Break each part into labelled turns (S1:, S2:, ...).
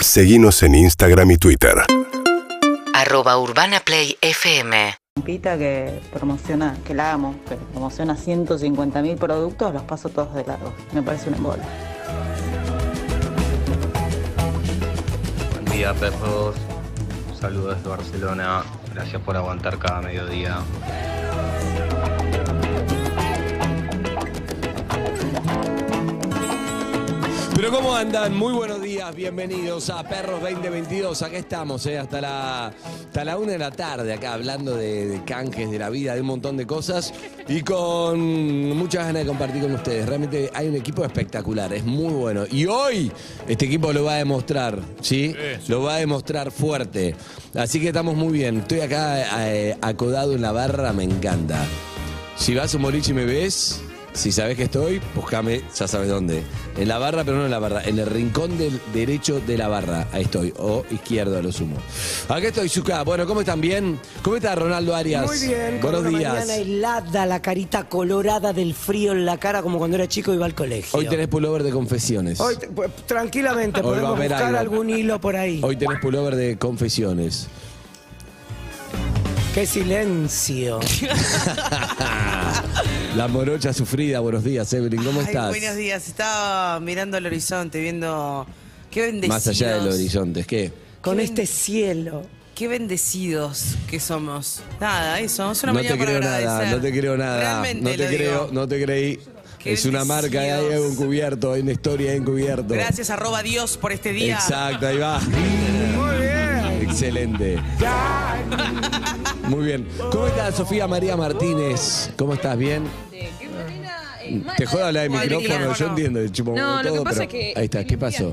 S1: Seguimos en Instagram y Twitter.
S2: arroba urbanaplayfm.
S3: Compita que promociona, que la amo, que promociona 150.000 productos, los paso todos de largo. Me parece un embole.
S4: Buen día, perros. Saludos desde Barcelona. Gracias por aguantar cada mediodía.
S5: Pero ¿cómo andan? Muy buenos días, bienvenidos a Perros 2022. Acá estamos, eh, hasta la hasta la una de la tarde, acá hablando de, de canjes, de la vida, de un montón de cosas y con muchas ganas de compartir con ustedes. Realmente hay un equipo espectacular, es muy bueno. Y hoy este equipo lo va a demostrar, ¿sí? Lo va a demostrar fuerte. Así que estamos muy bien. Estoy acá eh, acodado en la barra, me encanta. Si vas a un boliche y me ves, si sabes que estoy, buscame, ya sabes dónde. En la barra, pero no en la barra, en el rincón del derecho de la barra. Ahí estoy, o izquierdo a lo sumo. Acá estoy, Zuka. Bueno, ¿cómo están? ¿Bien? ¿Cómo está Ronaldo Arias?
S6: Muy bien, con
S5: Buenos
S6: una
S5: días.
S6: mañana helada, la carita colorada del frío en la cara, como cuando era chico iba al colegio.
S5: Hoy tenés pullover de confesiones.
S6: Hoy te- pues, tranquilamente
S5: Hoy va a
S6: podemos
S5: haber
S6: buscar
S5: algo.
S6: algún hilo por ahí.
S5: Hoy tenés pullover de confesiones.
S6: ¡Qué silencio!
S5: La morocha sufrida, buenos días, Evelyn, ¿cómo
S7: Ay,
S5: estás?
S7: buenos días. Estaba mirando el horizonte, viendo. Qué bendecidos.
S5: Más allá del horizonte, ¿qué?
S6: Con
S7: Qué
S6: este cielo.
S7: Qué bendecidos que somos. Nada, eso. Es una
S5: No
S7: mañana
S5: te creo
S7: para
S5: nada,
S7: agradecer.
S5: no te creo nada,
S7: Realmente
S5: no te
S7: lo
S5: creo,
S7: digo.
S5: no te creí.
S7: Qué
S5: es una marca, hay
S7: bendecidos.
S5: algo encubierto, hay una historia ahí encubierto.
S7: Gracias, arroba Dios, por este día.
S5: Exacto, ahí va. Excelente. Muy bien. ¿Cómo estás, Sofía María Martínez? ¿Cómo estás? ¿Bien?
S8: Este, eh,
S5: Te joda hablar de
S7: Ay,
S5: micrófono, yo
S7: micrófono.
S5: entiendo, chupo
S8: No, lo
S5: todo,
S8: que pasa es
S5: pero-
S8: que.
S5: Ahí está, ¿qué pasó?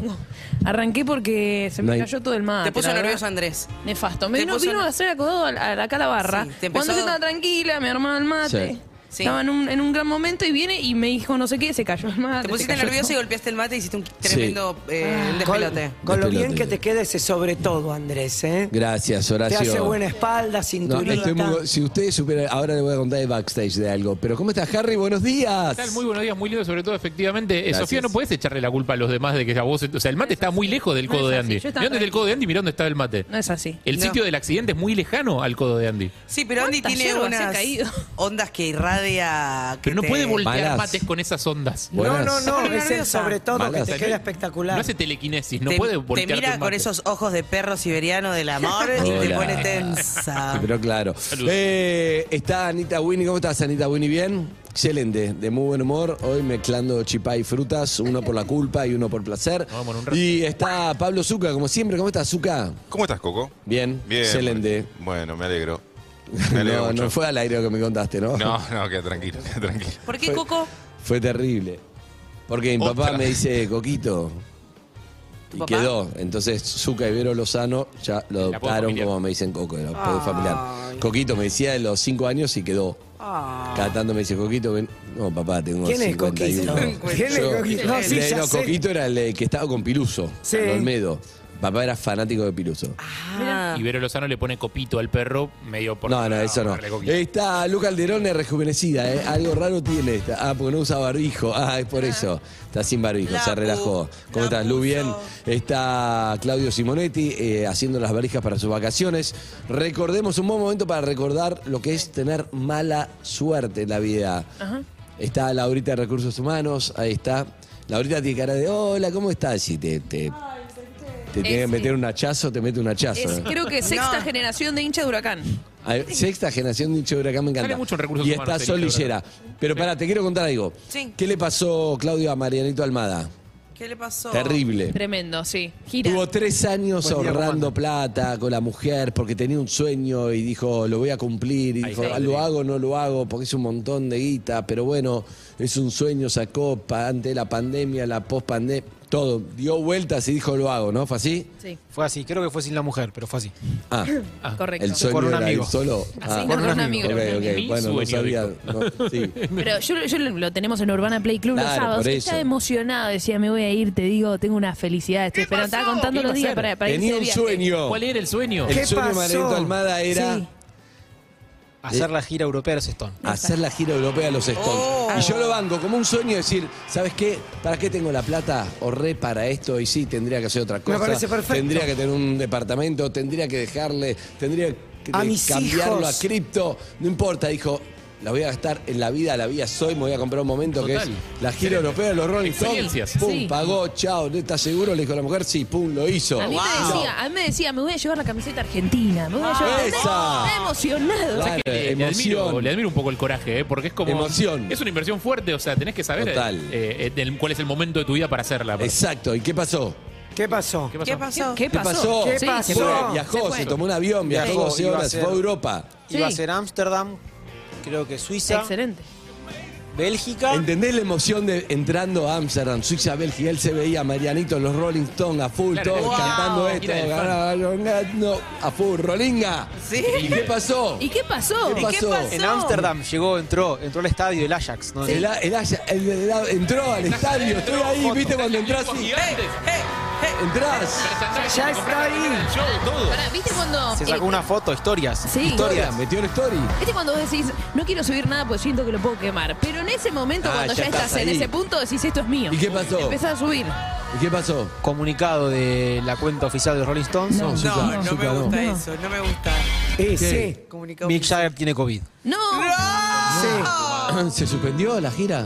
S8: Arranqué porque se me
S5: No hay-
S8: cayó todo el mate.
S7: Te puso
S8: la verdad.
S7: nervioso Andrés.
S8: Nefasto. Me
S7: Te
S8: vino,
S7: puso
S8: vino
S7: ner-
S8: a hacer acodado a la, a la calabarra.
S7: Sí, te empezó-
S8: Cuando yo estaba tranquila, me armaba el mate.
S5: Sí.
S7: Sí.
S8: Estaba en un, en un gran momento y viene y me dijo no sé qué, se cayó el mate.
S7: Te
S8: se
S7: pusiste
S8: cayó Ah.
S7: nervioso y
S8: todo.
S7: golpeaste el mate y hiciste un tremendo eh,
S6: Con,
S7: despelote.
S6: con lo bien que
S5: Despelote.
S6: te queda ese sobre todo, Andrés, ¿eh?
S5: Gracias,
S6: Te
S5: Horacio.
S6: hace buena espalda,
S5: No,
S6: cinturita.
S5: estoy muy- si ustedes supieran, ahora le voy a contar el backstage de algo. Pero ¿cómo estás, Harry? Buenos días.
S9: ¿Qué tal? Muy buenos días, muy lindo, sobre todo, efectivamente. Eh,
S5: Gracias.
S9: Sofía, no puedes echarle la culpa a los demás de que a vos. O sea, el mate está muy lejos del
S8: No
S9: codo
S8: es
S9: de
S8: así,
S9: Andy.
S8: yo
S9: Mirá
S8: estaba
S9: dónde está el codo de Andy, mirá dónde está el mate.
S8: No es así.
S9: El
S7: No.
S9: sitio del accidente es muy lejano al codo de Andy.
S7: Sí, pero Andy
S8: ¿Cuántas
S7: tiene
S8: yerbas he
S7: unas
S8: caído?
S7: ondas que irradia. que
S9: Pero no
S7: te-
S9: puede voltear
S5: Malas.
S9: mates con esas ondas.
S6: No, no,
S5: Buenas.
S6: no, es
S7: Estoy
S6: el
S7: nerviosa.
S6: sobre todo
S5: Malas.
S6: que te
S9: O sea,
S6: queda
S9: no-
S6: espectacular.
S9: No hace telequinesis, no
S7: te,
S9: puede
S7: te
S9: voltear.
S7: mira con esos ojos de perro siberiano del amor y te
S5: Hola.
S7: pone tensa.
S5: Sí, Ah, Pero claro.
S9: Saludos.
S5: Eh, está Anita Winnie, ¿cómo estás, Anita Winnie? ¿Bien? Excelente, de muy buen humor. Hoy mezclando chipá y frutas, uno por la culpa y uno por placer.
S9: Vamos, en un rato.
S5: y está Pablo Zuca, como siempre. ¿Cómo estás, Zuca?
S10: ¿Cómo estás, Coco?
S5: Bien, excelente.
S10: Bueno, me alegro. Me alegro
S5: No,
S10: mucho.
S5: no fue al aire lo que me contaste, ¿no?
S10: No, no, queda tranquilo, queda tranquilo.
S7: ¿Por qué, Coco?
S5: Fue terrible. Porque mi papá
S10: Otra.
S5: me dice, Coquito.
S7: ¿Tu
S5: Y
S7: papá?
S5: quedó. Entonces, Zuka y Vero Lozano ya lo
S9: La apodo
S5: adoptaron,
S9: familiar.
S5: como me dicen Coco, el apodo familiar. Coquito me decía de los 5 años y quedó. Cada tanto me dice, Coquito, ven. No, papá, tengo
S6: ¿Quién es
S5: 51.
S6: Coquito? ¿Quién es
S5: Yo-
S6: Coquito? No, sí,
S5: Le-
S6: ya
S5: no,
S6: sé.
S5: Coquito era el que estaba con Piluso,
S6: Sí.
S5: con Olmedo. Papá era fanático de Piluso.
S7: Ah.
S9: Y Vero Lozano le pone copito al perro, medio por.
S5: No, no, eso no.
S9: darle coquito.
S5: Está Luca Alderone rejuvenecida, ¿eh? Algo raro tiene esta. Ah, porque no usa barbijo. Ah, es por eso. Está sin barbijo,
S7: La
S5: se relajó.
S7: pu-
S5: ¿Cómo
S7: la
S5: estás, Lu?
S7: puso.
S5: Bien. Está Claudio Simonetti eh, haciendo las valijas para sus vacaciones. Recordemos un buen momento para recordar lo que es tener mala suerte en la vida. Está Laurita de Recursos Humanos, ahí está. Laurita tiene cara de, hola, ¿cómo estás? Y te, te, te tiene que
S8: Ese.
S5: meter un hachazo, te mete un hachazo.
S8: Es,
S5: ¿eh?
S8: creo que sexta generación de hincha de huracán.
S5: A ver, sexta generación de hincha de huracán me encanta.
S9: Sale mucho en recursos
S5: y
S9: humanos,
S5: está
S9: el
S5: Sol
S9: hincha de
S5: Lillera. Pero pará, te quiero contar algo.
S7: Sí.
S5: ¿Qué le pasó, Claudio, a Marianito Almada?
S7: ¿Qué le pasó?
S5: Terrible.
S8: Tremendo, sí. Gira.
S5: Este. Tuvo tres años ahorrando plata con la mujer porque tenía un sueño y dijo, lo voy a cumplir. Y dijo,
S9: está,
S5: lo
S9: Rodrigo.
S5: hago, no lo hago, porque es un montón de guita. Pero bueno, es un sueño, sacó pa- ante la pandemia, la post-pandemia, todo. Dio vueltas y dijo, lo hago, ¿no? ¿Fue así?
S8: Sí,
S11: Fue así, creo que fue sin la mujer, pero fue así.
S5: Ah,
S8: correcto.
S5: el sueño
S11: Por un
S5: era ir
S11: amigo.
S5: solo.
S8: Así,
S5: Ah,
S8: no, con un amigo.
S5: ok,
S8: con un amigo.
S5: ok. Bueno, no
S9: Mi
S5: sabía.
S9: sueño,
S5: no, sí.
S8: Pero yo, yo lo lo tenemos en Urbana Play Club los
S5: Claro,
S8: sábados.
S5: por eso.
S8: Estaba emocionado, decía, me voy a ir, te digo, tengo una felicidad. Estoy esperando, estaba contando
S9: ¿Qué iba
S8: los
S9: a
S8: días
S9: hacer?
S8: para, para irse
S5: Tenía
S8: de
S5: un
S8: viaje.
S5: sueño.
S9: ¿Cuál era el sueño?
S5: El
S6: ¿Qué
S5: sueño de
S6: pasó?
S5: Marianito Almada era
S8: Sí.
S11: Hacer la gira europea a los Stones.
S5: hacer la gira europea de los Stones. Y yo lo banco como un sueño decir, ¿sabes qué? ¿Para qué tengo la plata? Ahorré para esto y sí, tendría que hacer otra cosa.
S6: parece perfecto.
S5: Tendría que tener un departamento, tendría que dejarle, tendría que
S6: A mis
S5: cambiarlo
S6: hijos.
S5: a cripto. No importa, dijo. La voy a gastar en la vida, la vida soy, me voy a comprar un momento que
S9: Total.
S5: es la gira europea de los Rolling Stones.
S9: Experiencias.
S5: Pum,
S8: Sí.
S5: pagó, chao, ¿no estás seguro? Le dijo la mujer, sí, pum, lo hizo.
S8: A mí, me decía, a mí me decía, me voy a llevar la camiseta argentina, me voy a llevar.
S5: ¡Esa!
S8: Está emocionado.
S5: Claro,
S9: Le, le admiro,
S5: emoción.
S9: le admiro un poco el coraje, ¿eh? porque es como.
S5: Emoción.
S9: Es una inversión fuerte, o sea, tenés que saber eh,
S5: Total.
S9: eh, en el- cuál es el momento de tu vida para hacerla.
S5: Exacto, ¿y qué pasó?
S6: ¿Qué pasó?
S9: ¿Qué pasó?
S7: ¿Qué pasó?
S8: ¿Qué
S5: ¿Qué
S8: pasó?
S5: pasó?
S6: ¿Qué
S8: Sí,
S6: pasó?
S8: se fue.
S5: Fue, viajó, se,
S8: fue.
S5: tomó un avión, viajó
S11: Viajó,
S5: 12
S11: iba a
S5: horas, se
S11: ser-
S5: fue a Europa.
S11: Iba a
S8: Sí.
S11: ser Ámsterdam, creo que Suiza,
S8: Excelente.
S11: Bélgica.
S5: ¿Entendés la emoción de entrando a Ámsterdam, Suiza, Bélgica? Él se veía a Marianito, los Rolling Stones a full,
S9: Claro,
S5: todos
S9: wow.
S5: cantando esto,
S9: Mira el fan.
S5: ganando a full, Rolinga.
S7: Sí.
S5: ¿Y qué pasó?
S8: ¿Y qué pasó?
S5: ¿Qué pasó?
S11: En Ámsterdam llegó, entró, entró al estadio del Ajax. ¿no?
S5: El, a- el Ajax- el- el a- entró al
S9: eh,
S5: estadio, estoy ahí, viste cuando entras y
S7: Eh,
S5: entras.
S6: Ya está ahí.
S8: Pará, ¿Viste cuando.?
S11: Se sacó
S8: eh,
S11: una foto, historias.
S8: Sí.
S5: Historia,
S11: Historias.
S5: metió el story.
S8: ¿Viste Este cuando vos decís, no quiero subir nada porque siento que lo puedo quemar? Pero en ese momento,
S5: Ah,
S8: cuando
S5: ya
S8: ya, estás,
S5: estás
S8: en
S5: ahí.
S8: ese punto, decís, esto es mío.
S5: ¿Y qué pasó?
S8: Empezás a subir.
S5: ¿Y qué pasó?
S11: Comunicado de la cuenta oficial de los Rolling Stones.
S8: No.
S5: Zucca,
S7: No, no me
S5: Zucca,
S7: gusta
S8: no.
S7: eso, no me gusta.
S6: Ese.
S7: Comunicado.
S11: Mick Jagger tiene COVID.
S8: ¡No!
S5: ¿Se suspendió la gira?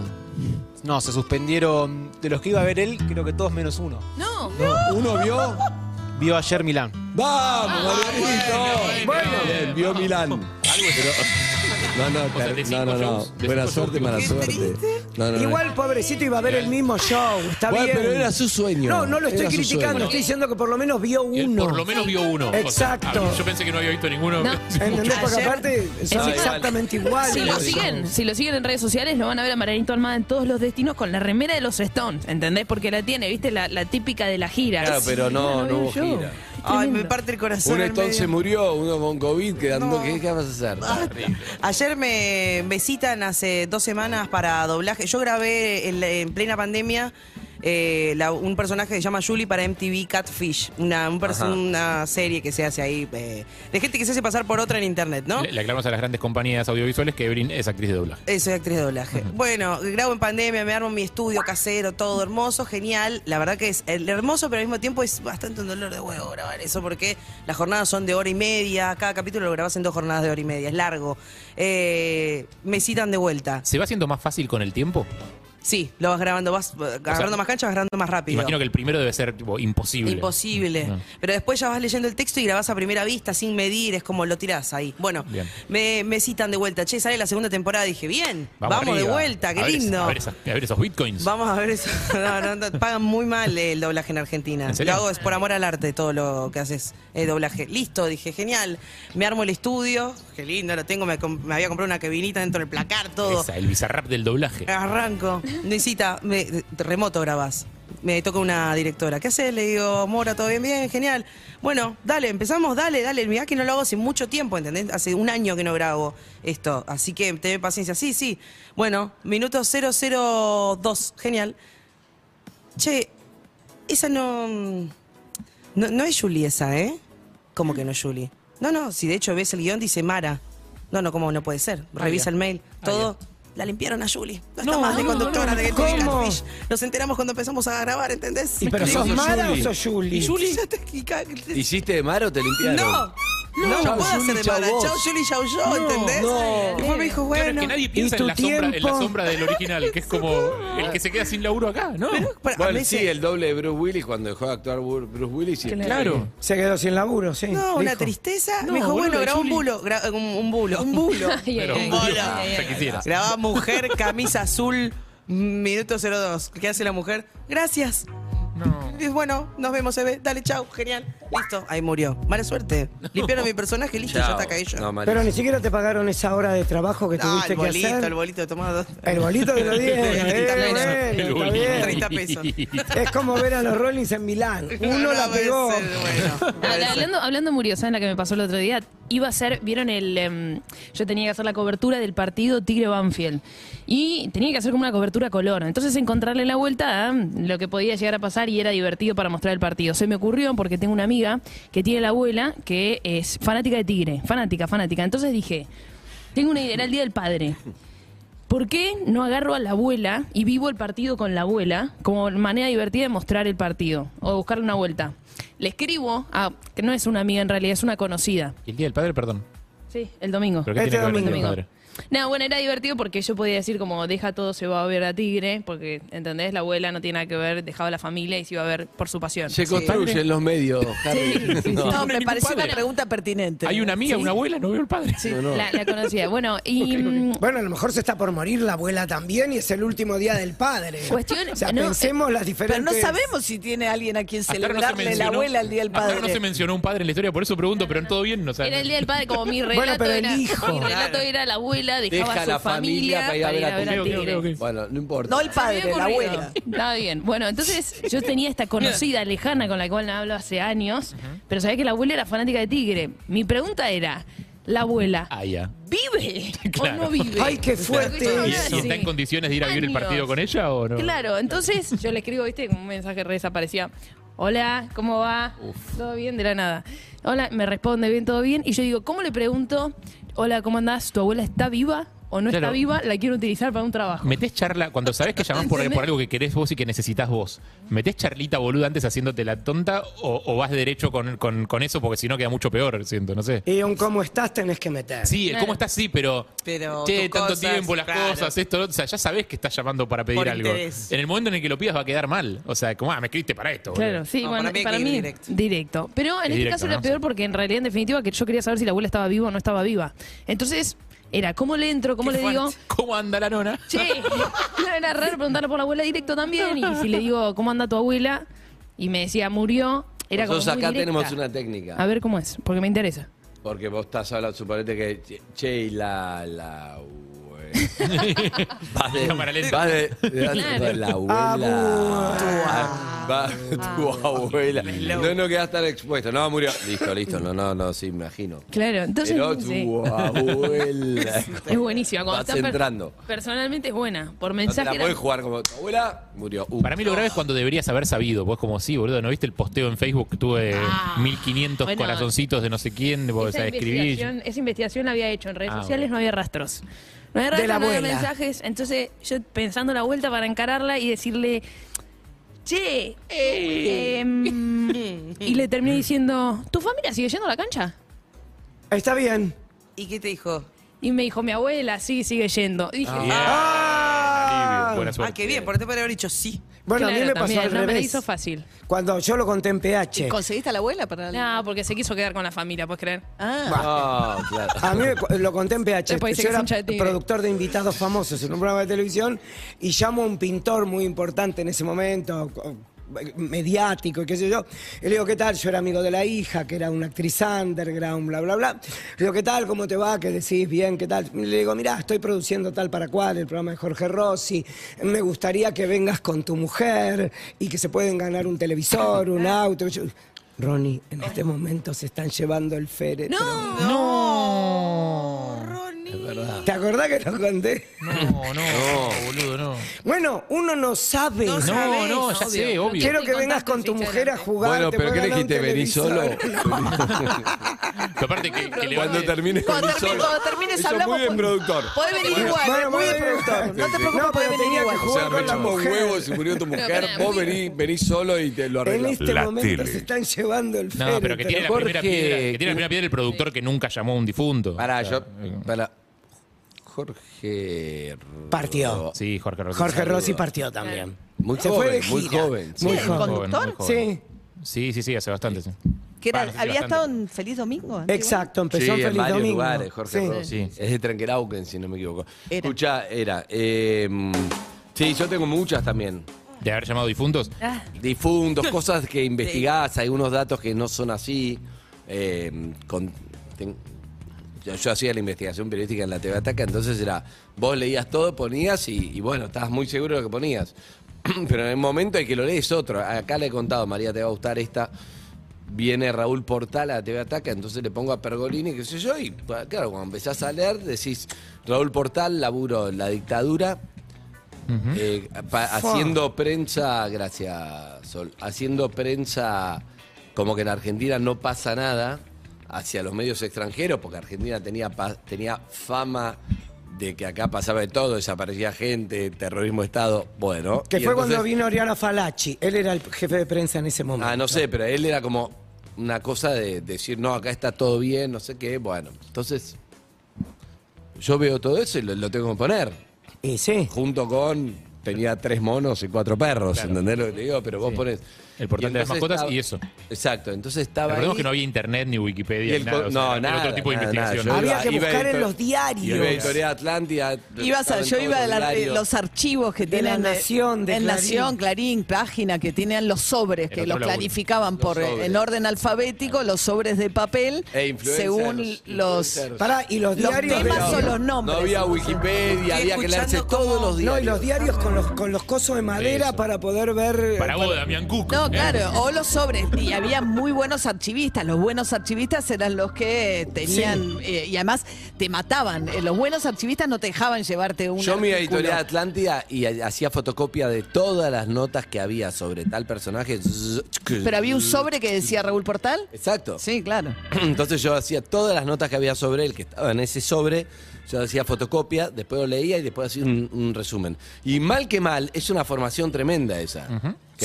S11: No, se suspendieron de los que iba a ver él, creo que todos menos uno.
S8: ¡No!
S5: ¿Uno vio?
S11: Vio ayer Milán.
S5: ¡Vamos, Marianito! Bueno,
S9: bueno, bueno.
S5: bien, vio Milán. Pero- No, no,
S9: sea, de
S5: no,
S9: cinco
S5: no, no.
S9: shows, de
S5: Buena
S9: cinco
S5: suerte,
S9: shows,
S5: mala
S9: qué
S5: suerte. No, no, no.
S6: Igual, pobrecito, iba a ver el mismo show. Está
S5: Bueno,
S6: bien.
S5: pero era su sueño.
S6: No, no lo estoy
S5: Era su
S6: criticando.
S5: sueño.
S6: Estoy diciendo que por lo menos vio
S9: Y él
S6: uno.
S9: Por lo menos vio uno. O sea,
S6: Exacto.
S9: yo pensé que no había visto ninguno.
S8: No.
S6: ¿Entendés? Porque
S7: Ayer-
S6: aparte son
S5: Encima-
S6: exactamente iguales.
S8: Si lo siguen, si lo siguen en redes sociales, lo van a ver a Marianito Almada en todos los destinos con la remera de los Stones, ¿entendés? Porque la tiene, viste, la, la típica de la gira.
S5: Claro, pero no, no hubo gira.
S7: Ay, me
S8: Tremendo.
S7: parte el corazón.
S5: Uno
S7: al
S5: entonces
S7: medio.
S5: murió, uno con COVID, quedando.
S7: No.
S5: ¿qué, qué vas a hacer?
S12: Ah,
S7: Ayer me, me citan hace dos semanas para doblaje. Yo grabé en, la- en plena pandemia eh, la- un personaje que se llama Julie para MTV Catfish, una, un pers-
S5: Ajá.
S7: una serie que se hace ahí eh, de gente que se hace pasar por otra en internet, ¿no?
S9: Le, le aclaramos a las grandes compañías audiovisuales que Evelyn es actriz de doblaje.
S7: Eh, Soy actriz de doblaje. Bueno, grabo en pandemia, me armo mi estudio casero, todo hermoso, genial. La verdad que es el hermoso, pero al mismo tiempo es bastante un dolor de huevo grabar eso, porque las jornadas son de hora y media, cada capítulo lo grabas en dos jornadas de hora y media, es largo. Eh, me citan de vuelta.
S9: ¿Se va haciendo más fácil con el tiempo?
S7: Sí, lo vas grabando, vas eh, agarrando más cancha, vas grabando más rápido.
S9: Imagino que el primero debe ser tipo, imposible. Ah.
S7: Imposible.
S9: No.
S7: Pero después ya vas leyendo el texto y grabás a primera vista sin medir, es como lo tirás ahí. Bueno,
S9: Bien.
S7: me, me citan de vuelta. Che, sale la segunda temporada, dije, bien, vamos, de
S9: arriba.
S7: vuelta, qué
S9: A ver es-
S7: lindo.
S9: a, ver esas- a ver esos bitcoins.
S7: Vamos a ver eso. No, no, no, pagan muy mal el doblaje en Argentina.
S9: ¿En serio?
S7: lo hago es por amor al arte todo lo que haces el doblaje. Listo, dije, genial. Me armo el estudio. Qué lindo, lo tengo. Me, com- me había comprado una cabinita dentro del placar, todo.
S9: Esa, el bizarrap del doblaje.
S7: Arranco. Necesita, me, te- remoto grabás. Me toca una directora. ¿Qué haces? Le digo, Mora, todo bien, bien, genial. Bueno, dale, empezamos, dale, dale. Mirá que no lo hago hace mucho tiempo, ¿entendés? Hace un año que no grabo esto. Así que tené paciencia. Sí, sí. Bueno, minuto 002. Genial. Che, esa no. mm, No, no es Julie esa, ¿eh? ¿Cómo que no es Julie? No, no, si de hecho ves el guión, dice Mara. No, no, ¿cómo no puede ser? Revisa el mail. Todo. La limpiaron a Julie. No, está más de conductora de Getty
S6: ¿Cómo?
S7: Catfish. Nos enteramos cuando empezamos a grabar, ¿entendés?
S6: ¿Y pero
S5: Digo,
S6: sos Mara o
S5: Juli.
S6: sos Juli?
S7: Julie. ya te- y ca-
S5: ¿Hiciste de mar o te limpiaron?
S7: No. No, no,
S5: Chau,
S7: puedo
S5: Juli,
S7: hacer de
S5: chau
S7: Mara.
S5: vos.
S7: Chau, Julie, chau, yo, ¿entendés?
S8: Eh,
S5: no.
S7: Y fue me
S9: Claro,
S7: dijo, bueno.
S9: es que nadie piensa
S6: ¿Y tu
S9: en la, sombra, en la
S6: tiempo?
S9: sombra del original, que es como el que se queda sin laburo acá, ¿no?
S7: Pero a
S5: Bueno, sí,
S7: veces-
S5: el doble de Bruce Willis cuando dejó de actuar Bru- Bruce Willis. y-
S9: Claro.
S6: Se quedó sin laburo, sí.
S7: No, una
S6: dijo.
S7: tristeza.
S9: No,
S7: me dijo,
S9: boludo,
S7: bueno,
S9: de
S7: grabó un
S9: Juli.
S7: bulo. gra- un, un bulo. Un bulo.
S8: Ay, ay,
S9: Pero,
S8: ay.
S7: Hola.
S9: ya quisieras.
S7: Grababa mujer, camisa azul, minuto 02. ¿Qué hace la mujer? Gracias. Y Bueno, nos vemos, se ve. Dale, chau, genial. Listo, ahí murió. Mala suerte. Limpiaron mi personaje, listo, ya
S5: Chao.
S7: está caí yo.
S5: No, Maris.
S6: Pero ni siquiera te pagaron esa hora de trabajo que
S7: Ah,
S6: tuviste
S7: el bolito,
S6: que hacer.
S7: el bolito, tomado
S6: El bolito de los 10. eh, bueno,
S9: Pero
S6: está
S9: Juli.
S6: bien.
S7: 30 pesos.
S6: Es como ver a los Rollins en Milán. Uno
S7: No,
S6: la
S7: no puede
S6: pegó.
S7: ser, bueno, no
S8: Ah,
S7: puede ser.
S8: hablando, hablando murió, ¿saben la que me pasó el otro día? Iba a ser, vieron el, em, yo tenía que hacer la cobertura del partido Tigre Banfield y tenía que hacer como una cobertura color, entonces encontrarle la vuelta a lo que podía llegar a pasar y era divertido para mostrar el partido. Se me ocurrió porque tengo una amiga que tiene la abuela que es fanática de Tigre, fanática, fanática, entonces dije, Tengo una idea, era el Día del Padre. ¿Por qué no agarro a la abuela y vivo el partido con la abuela como manera divertida de mostrar el partido o de buscarle una vuelta? Le escribo a, que no es una amiga en realidad, es una conocida.
S9: ¿Y el día del padre, perdón?
S8: Sí, el domingo.
S6: Este
S9: ¿Pero qué tiene que ver el Día del Padre?
S8: No, bueno, era divertido porque yo podía decir como deja todo, se va a ver a Tigre, porque, ¿entendés? La abuela no tiene nada que ver, dejaba la familia y se iba a ver por su pasión.
S5: Se
S8: Sí.
S5: construyen los medios, Harry. No.
S9: No,
S7: me
S9: ningún
S7: pareció
S9: padre.
S7: una pregunta pertinente.
S9: Hay una amiga,
S7: Sí.
S9: una abuela, no veo el padre.
S5: No, no.
S8: La, la conocía. Bueno, y mm,
S12: Bueno, a lo mejor se está por morir la abuela también y es el último día del padre.
S8: Cuestión-
S12: o sea,
S8: no,
S12: pensemos las
S7: Pero
S12: diferentes...
S7: no sabemos si tiene alguien a quien
S9: Hasta ahora no se
S7: celebrarle la
S9: mencionó-
S7: abuela el Día del
S9: hasta ahora
S7: Padre.
S9: no se mencionó un padre en la historia, por eso pregunto, pero en todo bien no
S8: era el
S9: sabe.
S8: día del padre, como mi
S12: Bueno,
S8: relato,
S12: pero el
S8: era,
S12: hijo.
S8: mi relato era la abuela, dejaba
S5: Deja
S8: a
S5: a
S8: su
S5: la familia para ir a ver a
S9: ver a
S5: Tigre.
S9: Tigre. Ok, ok, ok.
S5: Bueno, no importa.
S7: No el padre, la abuela.
S8: Está bien. Bueno, entonces yo tenía esta conocida lejana con la cual hablo hace años, pero sabía que la abuela era fanática de Tigre. Mi pregunta era, ¿la abuela
S9: Ah, ya.
S8: vive
S9: Claro.
S8: o no vive?
S12: ¡Ay, qué fuerte!
S8: Porque yo
S9: ¿Y,
S8: hablaba
S9: y está
S8: así.
S9: en condiciones de ir a vivir el
S8: Años.
S9: partido con ella o no?
S8: Claro, entonces yo le escribo, viste, como un mensaje re desaparecía. Hola, ¿cómo va? ¿Todo bien? De la nada. Hola, me responde bien, todo bien. Y yo digo, ¿cómo le pregunto? Hola, ¿cómo andás? ¿Tu abuela está viva o no está
S9: Claro.
S8: viva? La quiero utilizar para un trabajo.
S9: Metés charla, cuando sabés que llamás por, por algo que querés vos y que necesitas vos, ¿metés charlita boluda antes haciéndote la tonta o, o vas derecho con, con- con eso? Porque si no queda mucho peor, siento, no
S7: Eh,
S9: sé.
S12: Y un cómo estás tenés que meter.
S9: Sí, el cómo estás, sí, pero.
S7: Pero
S9: che,
S7: tus
S9: tanto
S7: cosas,
S9: tiempo, las
S7: claro.
S9: cosas, esto, lo otro. O sea, ya sabés que estás llamando para pedir
S7: Por
S9: algo.
S7: interés.
S9: En el momento en el que lo pidas va a quedar mal. O sea, como, ah, me escribiste para esto. boludo.
S8: Claro, sí,
S7: No,
S8: bueno,
S7: para
S8: para
S7: mí
S8: mí,
S7: hay que ir directo.
S8: directo. Pero en
S9: Es
S8: este
S9: directo,
S8: caso era
S9: ¿no?
S8: peor
S9: Sí.
S8: porque en realidad, en definitiva, que yo quería saber si la abuela estaba viva o no estaba viva. Entonces, era, ¿cómo le entro? ¿Cómo
S9: Qué
S8: le
S9: fuerte.
S8: digo?
S9: ¿Cómo anda la nona?
S8: Che, claro, era raro preguntarle por la abuela directo también. Y si le digo, ¿cómo anda tu abuela? Y me decía, murió. Era como.
S5: Nosotros
S8: muy
S5: acá
S8: directa.
S5: tenemos una técnica.
S8: A ver cómo es, porque me interesa.
S5: Porque vos estás hablando, suponete que. che- Che, y la. la abue- vas de,
S9: Cámara lenta.
S5: vas de- de-
S8: Claro.
S5: la abuela. Ah, va- tu abuela. No, no quedás tan expuesto. No, murió. Listo, listo. No, no, no, sí, imagino.
S8: Claro, entonces.
S5: Pero tu
S8: sí.
S5: abuela.
S8: Es buenísima. cuando
S5: Vas
S8: está per-
S5: entrando.
S8: Personalmente es buena. Por
S5: No te
S8: mensaje.
S5: la
S8: era-
S5: podés jugar como tu abuela murió. Uh.
S9: Para mí lo grave es cuando deberías haber sabido. Vos como sí, boludo, ¿no viste el posteo en Facebook que tuve
S7: Ah.
S9: 1500
S8: bueno.
S9: corazoncitos de no sé quién? Vos, o
S8: esa,
S9: sea, escribí.
S8: investigación, esa investigación la había hecho en redes
S9: Ah,
S8: sociales,
S9: ok.
S8: no había rastros. No
S12: De
S8: había rastros,
S12: la
S8: no había
S12: abuela.
S8: mensajes. Entonces, yo pensando la vuelta para encararla y decirle, che, em, y le terminé diciendo, ¿tu familia sigue yendo a la cancha?
S12: Está bien.
S7: ¿Y qué te dijo?
S8: Y me dijo, mi abuela, sí, sigue yendo. Y dije,
S5: Ah.
S8: "Ah,
S9: Bien.
S12: Ah.
S9: Alivio. Buena
S7: Ah,
S9: suerte.
S7: qué bien, porque te podría haber dicho sí.
S12: Bueno, a mí
S8: claro,
S12: me pasó
S8: también,
S12: al
S8: no me la
S12: revés.
S8: hizo fácil.
S12: Cuando yo lo conté en PH.
S7: ¿Conseguiste a la abuela para
S8: No, porque se quiso quedar con la familia, ¿puedes creer?
S7: Ah,
S5: No, claro.
S12: A mí me cu- lo conté en PH.
S8: Después dice
S12: Yo
S8: que
S12: era
S8: es hincha de Tigre.
S12: productor de invitados famosos en un programa de televisión y llamo a un pintor muy importante en ese momento, co- mediático y qué sé yo. Y le digo, ¿qué tal? Yo era amigo de la hija, que era una actriz underground, bla, bla, bla. Le digo, ¿qué tal? ¿Cómo te va? ¿Qué decís? Bien, ¿qué tal? Y le digo, mirá, estoy produciendo tal para cual, el programa de Jorge Rossi. Me gustaría que vengas con tu mujer y que se pueden ganar un televisor, un auto. Yo, Ronnie, en este momento se están llevando el féretro. ¿Te acordás que lo conté?
S9: No, no, boludo, no.
S12: Bueno, uno no sabe.
S7: No
S9: No,
S7: sabe,
S9: no, ya
S7: Obvio.
S9: sé, obvio.
S12: Quiero
S8: Estoy
S12: que vengas con tu
S8: contando,
S12: mujer a jugar.
S5: Bueno,
S12: te
S5: pero ¿qué
S12: puedo
S5: le
S12: ganar un
S5: dijiste? ¿Venís solo?
S12: televisor.
S9: Pero aparte que, que le
S5: Cuando termines
S7: Cuando
S5: venís
S7: termine-
S5: solo.
S7: cuando
S5: Eso
S7: termines
S5: es
S7: hablamos,
S5: Muy bien,
S7: pues.
S5: productor.
S7: Podés venir
S12: Bueno,
S7: igual,
S12: bueno,
S7: muy
S12: bueno,
S7: bien, productor. No te preocupes,
S12: No,
S7: podés
S12: pero
S7: venir
S12: tenía que
S7: igual.
S5: O sea,
S12: jugar
S5: me
S12: con la
S5: chupó un
S12: mujer.
S5: huevo si murió tu mujer.
S8: pará,
S5: Vos
S8: muy
S5: venís, venís solo y te lo
S12: En
S5: arreglás.
S12: este
S1: La
S12: momento
S1: tele.
S12: se están llevando el féretro.
S9: No, pero que tiene la
S5: Jorge-
S9: primera piedra. Que tiene la primera piedra el productor que nunca llamó a un difunto.
S5: Pará, yo. Pará. Jorge.
S12: Partió.
S9: Sí, Jorge Rossi.
S12: Jorge Rossi partió también.
S5: Muy
S12: Se fue de
S5: joven, muy
S12: gira.
S5: joven.
S12: Muy
S9: Sí,
S12: joven.
S9: muy
S12: Sí,
S9: Sí, sí, sí, hace bastante. Sí.
S7: Que era-
S9: Bueno, sí,
S7: había
S9: bastante.
S7: estado en Feliz Domingo. antes,
S12: exacto. Empezó
S5: Sí,
S12: en
S5: en
S12: Feliz
S5: varios
S12: Domingo.
S5: lugares, Jorge
S12: Sí.
S5: Rossi.
S9: Sí.
S5: Es de Trenquelauquen, si no me equivoco.
S7: Era.
S5: Escucha, era. eh, sí, yo tengo muchas también.
S9: De haber llamado difuntos.
S12: Ah.
S5: Difuntos, cosas que investigás, algunos datos que no son así. eh, con- ten- yo, yo hacía la investigación periodística en la TV Ataca, entonces era, vos leías todo, ponías y, y bueno, estabas muy seguro de lo que ponías. Pero en el momento en que lo lees otro, acá le he contado, María, te va a gustar esta. Viene Raúl Portal a TV Ataca, entonces le pongo a Pergolini, qué sé yo, y pa- claro, cuando empezás a leer, decís, Raúl Portal laburó en la dictadura, eh, pa- haciendo prensa, gracias Sol, haciendo prensa como que en Argentina no pasa nada, hacia los medios extranjeros, porque Argentina tenía, pa- tenía fama de que acá pasaba de todo, desaparecía gente, terrorismo de Estado, bueno.
S12: Que
S5: y
S12: fue cuando
S5: entonces-
S12: vino Oriana Falachi. Él era el jefe de prensa en ese momento.
S5: Ah, no sé, pero él era como una cosa de decir, no, acá está todo bien, no sé qué. Bueno, entonces yo veo todo eso y lo, lo tengo que poner.
S12: Y sí.
S5: Junto con. Tenía tres monos y cuatro perros, ¿entendés lo que te digo? Pero vos pones.
S9: El portal
S5: y
S9: de las
S5: entonces
S9: mascotas
S5: estaba-
S9: y eso.
S5: Exacto, entonces estaba.
S9: Recordemos
S5: ahí-
S9: que no había internet ni
S5: y
S9: Wikipedia
S5: el
S9: ni
S5: co-
S9: nada. o sea,
S5: no,
S9: era
S5: nada,
S9: otro tipo de
S5: nada, nada.
S9: investigación.
S5: Yo
S12: Había que
S5: iba a
S12: buscar en
S5: editor-
S12: los diarios.
S5: Iba a Editorial Atlántida.
S13: Ibas a,
S5: estaba en
S13: yo
S5: todos
S13: iba a la-
S5: diarios.
S13: los archivos que
S12: De la
S13: tienen eh,
S12: Nación, de
S13: en
S12: Clarín.
S13: Nación, Clarín, página que tenían los sobres
S5: El
S13: que
S5: otro
S13: los
S5: laburo.
S13: clarificaban
S5: Los
S13: por eh,
S5: sobres.
S13: en orden alfabético, los sobres de papel
S5: E influencers,
S13: según los
S5: influencers.
S12: Pará, Ah, y los diarios.
S13: temas
S12: de-
S13: o los nombres.
S5: No había
S13: Estoy
S5: Wikipedia, había que leerse
S13: escuchando
S5: todos los
S12: No,
S5: diarios.
S12: y los diarios con los, con los cosos de madera
S5: Eso.
S12: para poder ver. eh,
S9: Para vos, Damián Eh. Cook.
S13: No, claro, o los sobres. Y había muy buenos archivistas. Los buenos archivistas eran los que tenían. eh, y además te mataban. Eh, Los buenos archivistas no te dejaban llevarte un.
S5: Yo me iba a
S13: artículo.
S5: Editorial Atlántida y ha- hacía fotocopia de todas las notas que había sobre tal personaje.
S13: Pero había un sobre que decía Raúl Portal.
S5: Exacto.
S13: Sí, claro.
S5: Entonces yo hacía todas las notas que había sobre él, que estaba en ese sobre, yo hacía fotocopia, después lo leía y después hacía un, un resumen. Y mal que mal, es una formación tremenda esa, que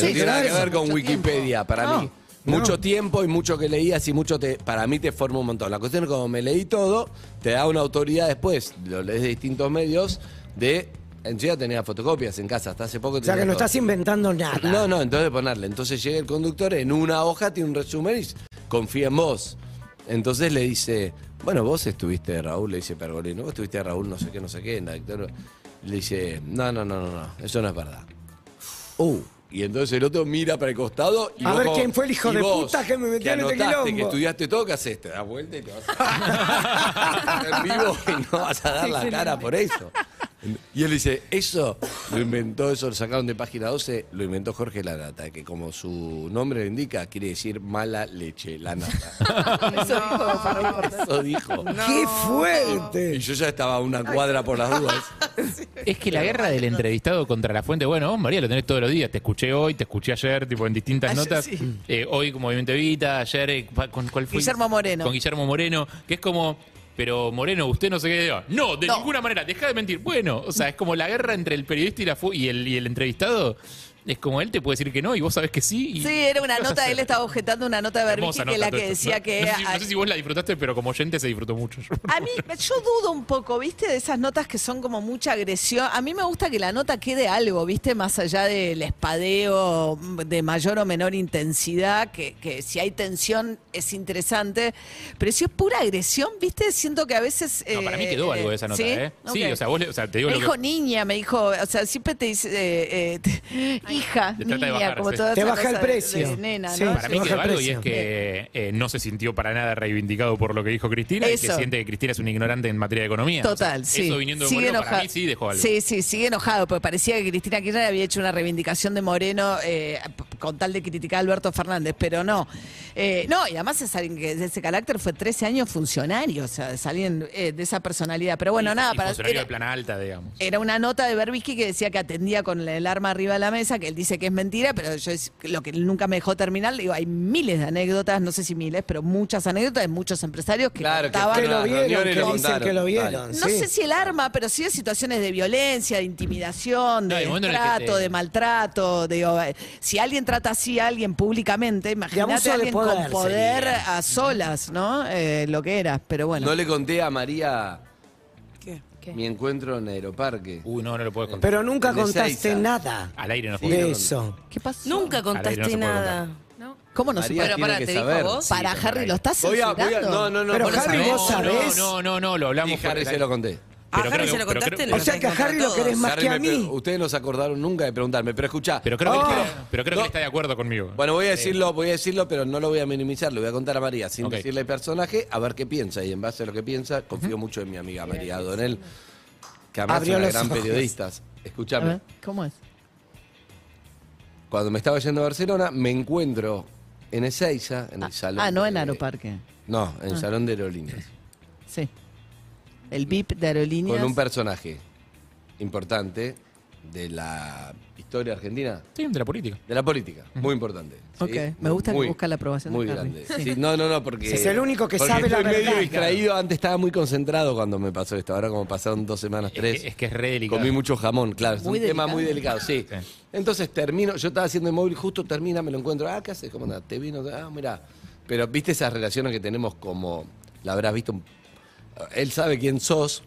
S5: no
S13: Sí,
S5: tiene nada que
S13: claro.
S5: ver con
S13: Mucho
S5: Wikipedia para
S13: No,
S5: mí. Mucho tiempo y mucho que leías y mucho te, para mí te forma un montón. La cuestión es que como me leí todo, te da una autoridad después, lo lees de distintos medios, de... En Chile tenía fotocopias en casa, hasta hace poco
S12: O sea que
S5: tenía
S12: no
S5: todo.
S12: estás inventando nada.
S5: No, no, entonces ponerle. Entonces llega el conductor, en una hoja tiene un resumen y confía en vos. Entonces le dice, bueno, vos estuviste Raúl, le dice Pergolino, vos estuviste Raúl no sé qué, no sé qué, en la dictadura. Le dice, no, no, no, no, no, eso no es verdad. Uh, y entonces el otro mira para el costado y
S12: A
S5: vos
S12: ver
S5: como-
S12: quién fue el hijo
S5: y
S12: de
S5: vos,
S12: puta que me metió
S5: que
S12: en este
S5: anotaste,
S12: quilombo.
S5: que estudiaste todo, ¿qué haces? Te das vuelta y te vas a... en vivo y no vas a dar la cara por eso. Y él dice, eso lo inventó, eso lo sacaron de página 12, lo inventó Jorge Lanata, que como su nombre lo indica, quiere decir mala leche, Lanata.
S13: Eso dijo Raúl Portal.
S5: Eso dijo.
S12: ¡Qué fuerte!
S5: Y yo ya estaba a una cuadra por las dudas.
S9: Es que la guerra del entrevistado contra la fuente, bueno, vos, María, lo tenés todos los días. Te escuché hoy, te escuché ayer, tipo en distintas
S13: Ayer,
S9: notas.
S13: sí.
S9: Eh, hoy con Movimiento Evita, ayer eh, pa- con ¿cuál fue?
S13: Guillermo Moreno.
S9: Con Guillermo Moreno, que es como. Pero Moreno, usted no sé qué. diga, No, de
S13: No.
S9: ninguna manera, deja de mentir. Bueno, o sea, es como la guerra entre el periodista y, la fu- y, el, y el entrevistado. Es como él te puede decir que no y vos sabés que sí. y-
S13: Sí, era una
S9: ¿qué vas a
S13: nota,
S9: hacer?
S13: él estaba objetando una nota de Berbisky
S9: Hermosa
S13: que la que
S9: nota, todo esto.
S13: decía
S9: No-
S13: que.
S9: No, sé, si- no
S13: a-
S9: sé si vos la disfrutaste, pero como oyente se disfrutó mucho.
S13: A mí, yo dudo un poco, ¿viste? De esas notas que son como mucha agresión. A mí me gusta que la nota quede algo, ¿viste? Más allá del espadeo de mayor o menor intensidad, que, que si hay tensión es interesante. Pero si es pura agresión, ¿viste? Siento que a veces.
S9: No, para mí
S13: eh,
S9: quedó algo de esa nota,
S13: ¿sí?
S9: ¿eh? Sí,
S13: Ok.
S9: o sea, vos le- o sea, te digo
S13: Me
S9: lo que-
S13: dijo niña, me dijo, o sea, siempre te dice, eh, eh, te- hija,
S9: Te trata
S13: niña,
S9: de bajar,
S13: como
S9: sí.
S13: toda
S12: Te
S13: esa
S12: baja el
S13: cosa de-
S12: precio.
S13: de nena,
S12: Sí,
S13: ¿no?
S9: Para mí
S12: baja
S9: quedó
S12: el
S9: algo y es
S12: precio.
S9: que eh, no se sintió para nada reivindicado por lo que dijo Cristina y que
S13: Eso.
S9: siente que Cristina es un ignorante en materia de economía.
S13: Total,
S9: O sea,
S13: sí.
S9: Eso viniendo de
S13: Sigue
S9: Moreno, para
S13: enojado.
S9: mí sí dejó algo.
S13: Sí, sí, sigue enojado, porque parecía que Cristina Kirchner había hecho una reivindicación de Moreno eh, p- con tal de criticar a Alberto Fernández, pero no. Eh, no, y además es alguien que de ese carácter fue 13 años funcionario, o sea, es alguien eh, de esa personalidad. Pero bueno,
S9: Y-
S13: nada,
S9: y
S13: Ah, para... Eh,
S9: funcionario
S13: era-
S9: de plana alta, digamos.
S13: era una nota de Berbisky que decía que atendía con el arma arriba de la mesa, que él dice que es mentira, pero yo es- lo que él nunca me dejó terminar, le digo, hay miles de anécdotas, no sé si miles, pero muchas anécdotas de muchos empresarios que
S5: Claro, que
S13: contaban
S12: Que lo
S5: Ah,
S12: vieron,
S5: reuniones
S12: que
S5: lo
S12: dicen
S5: contaron.
S12: que lo vieron.
S5: Dale.
S13: no
S12: sí.
S13: sé si el arma, pero sí de situaciones de violencia, de intimidación,
S9: No,
S13: de
S9: el momento en el que
S13: trato,
S9: te-
S13: de maltrato. Digo, eh, si alguien trata así a alguien públicamente,
S12: abuso
S13: imagínate
S12: de
S13: a alguien
S12: poder
S13: con poder a solas, ¿no? Eh, lo que era, pero bueno.
S5: No le conté a María
S8: ¿Qué?
S5: mi encuentro en Aeroparque.
S9: Uy, no, no lo
S13: eh,
S9: puedo contar.
S12: Pero nunca
S5: En
S12: contaste
S5: Ezeiza.
S12: nada
S9: Al aire no
S5: Sí,
S9: puedo
S12: de
S5: no-
S12: eso.
S13: ¿Qué pasó?
S7: Nunca
S9: Al aire no se
S7: contaste
S9: puede
S7: nada.
S8: ¿No?
S13: ¿Cómo no se
S5: María
S13: puede?
S7: Pero
S5: tiene
S7: pará,
S5: que
S7: ¿te dijo
S5: saber.
S7: vos?
S13: Para
S9: Sí,
S13: Harry,
S9: pero
S13: ¿lo estás
S5: Voy a, voy a-
S13: censurando?
S5: no, no, no.
S12: Pero
S5: por eso-
S12: Harry, vos
S9: No,
S12: sabés.
S9: No, no, no, no, lo hablamos.
S5: Sí, Harry se
S9: fuera del
S5: lo
S9: aire.
S13: Ah,
S5: conté.
S7: A
S9: Pero
S7: Ah, Harry
S9: creo-
S7: se lo
S9: pero
S7: contaste,
S9: creo-
S7: no
S12: O sea
S7: lo
S12: que a
S7: tenés
S12: Harry lo
S7: contra
S12: querés
S7: todos.
S12: más
S5: Harry
S12: que a
S5: me pre-
S12: mí.
S5: Ustedes no se acordaron nunca de preguntarme, pero escuchá.
S9: Pero creo,
S13: Oh.
S5: No,
S9: que, pero creo
S5: no.
S9: que está de acuerdo conmigo.
S5: Bueno, voy a decirlo, voy a decirlo, pero no lo voy a minimizar, lo voy a contar a María sin
S9: Ok.
S5: decirle el personaje, a ver qué piensa. Y en base a lo que piensa, confío mucho en mi amiga María Donel, que además
S12: Abrió
S5: es una
S12: los
S5: gran
S12: ojos.
S5: periodista.
S13: A
S5: Escúchame,
S13: ver, ¿Cómo es?
S5: cuando me estaba yendo a Barcelona, me encuentro en Ezeiza, en el salón.
S13: Ah, no en
S5: de-
S13: Aeroparque.
S5: No, en el salón de aerolíneas.
S13: Sí. El VIP de aerolíneas.
S5: Con un personaje importante de la historia argentina.
S9: Sí, de la política.
S5: De la política, muy importante. ¿sí?
S13: Ok, me gusta
S5: Muy-
S13: que busca la aprobación
S5: Muy
S13: de Harry.
S5: grande. Sí, No, no, no, porque.
S12: Es el único que
S5: porque
S12: sabe la
S5: estoy medio
S12: verdad.
S5: distraído. Antes estaba muy concentrado cuando me pasó esto. Ahora, como pasaron dos semanas, tres.
S9: Es que es re delicado.
S5: Comí mucho jamón, claro. Es
S9: Muy
S5: un tema
S9: delicado.
S5: muy delicado, sí. Entonces termino, yo estaba haciendo el móvil, justo termina, me lo encuentro. Ah, ¿qué haces? ¿Cómo andás? Te vino, ah, mirá. Pero viste esas relaciones que tenemos como. La habrás visto. un- Él sabe quién sos.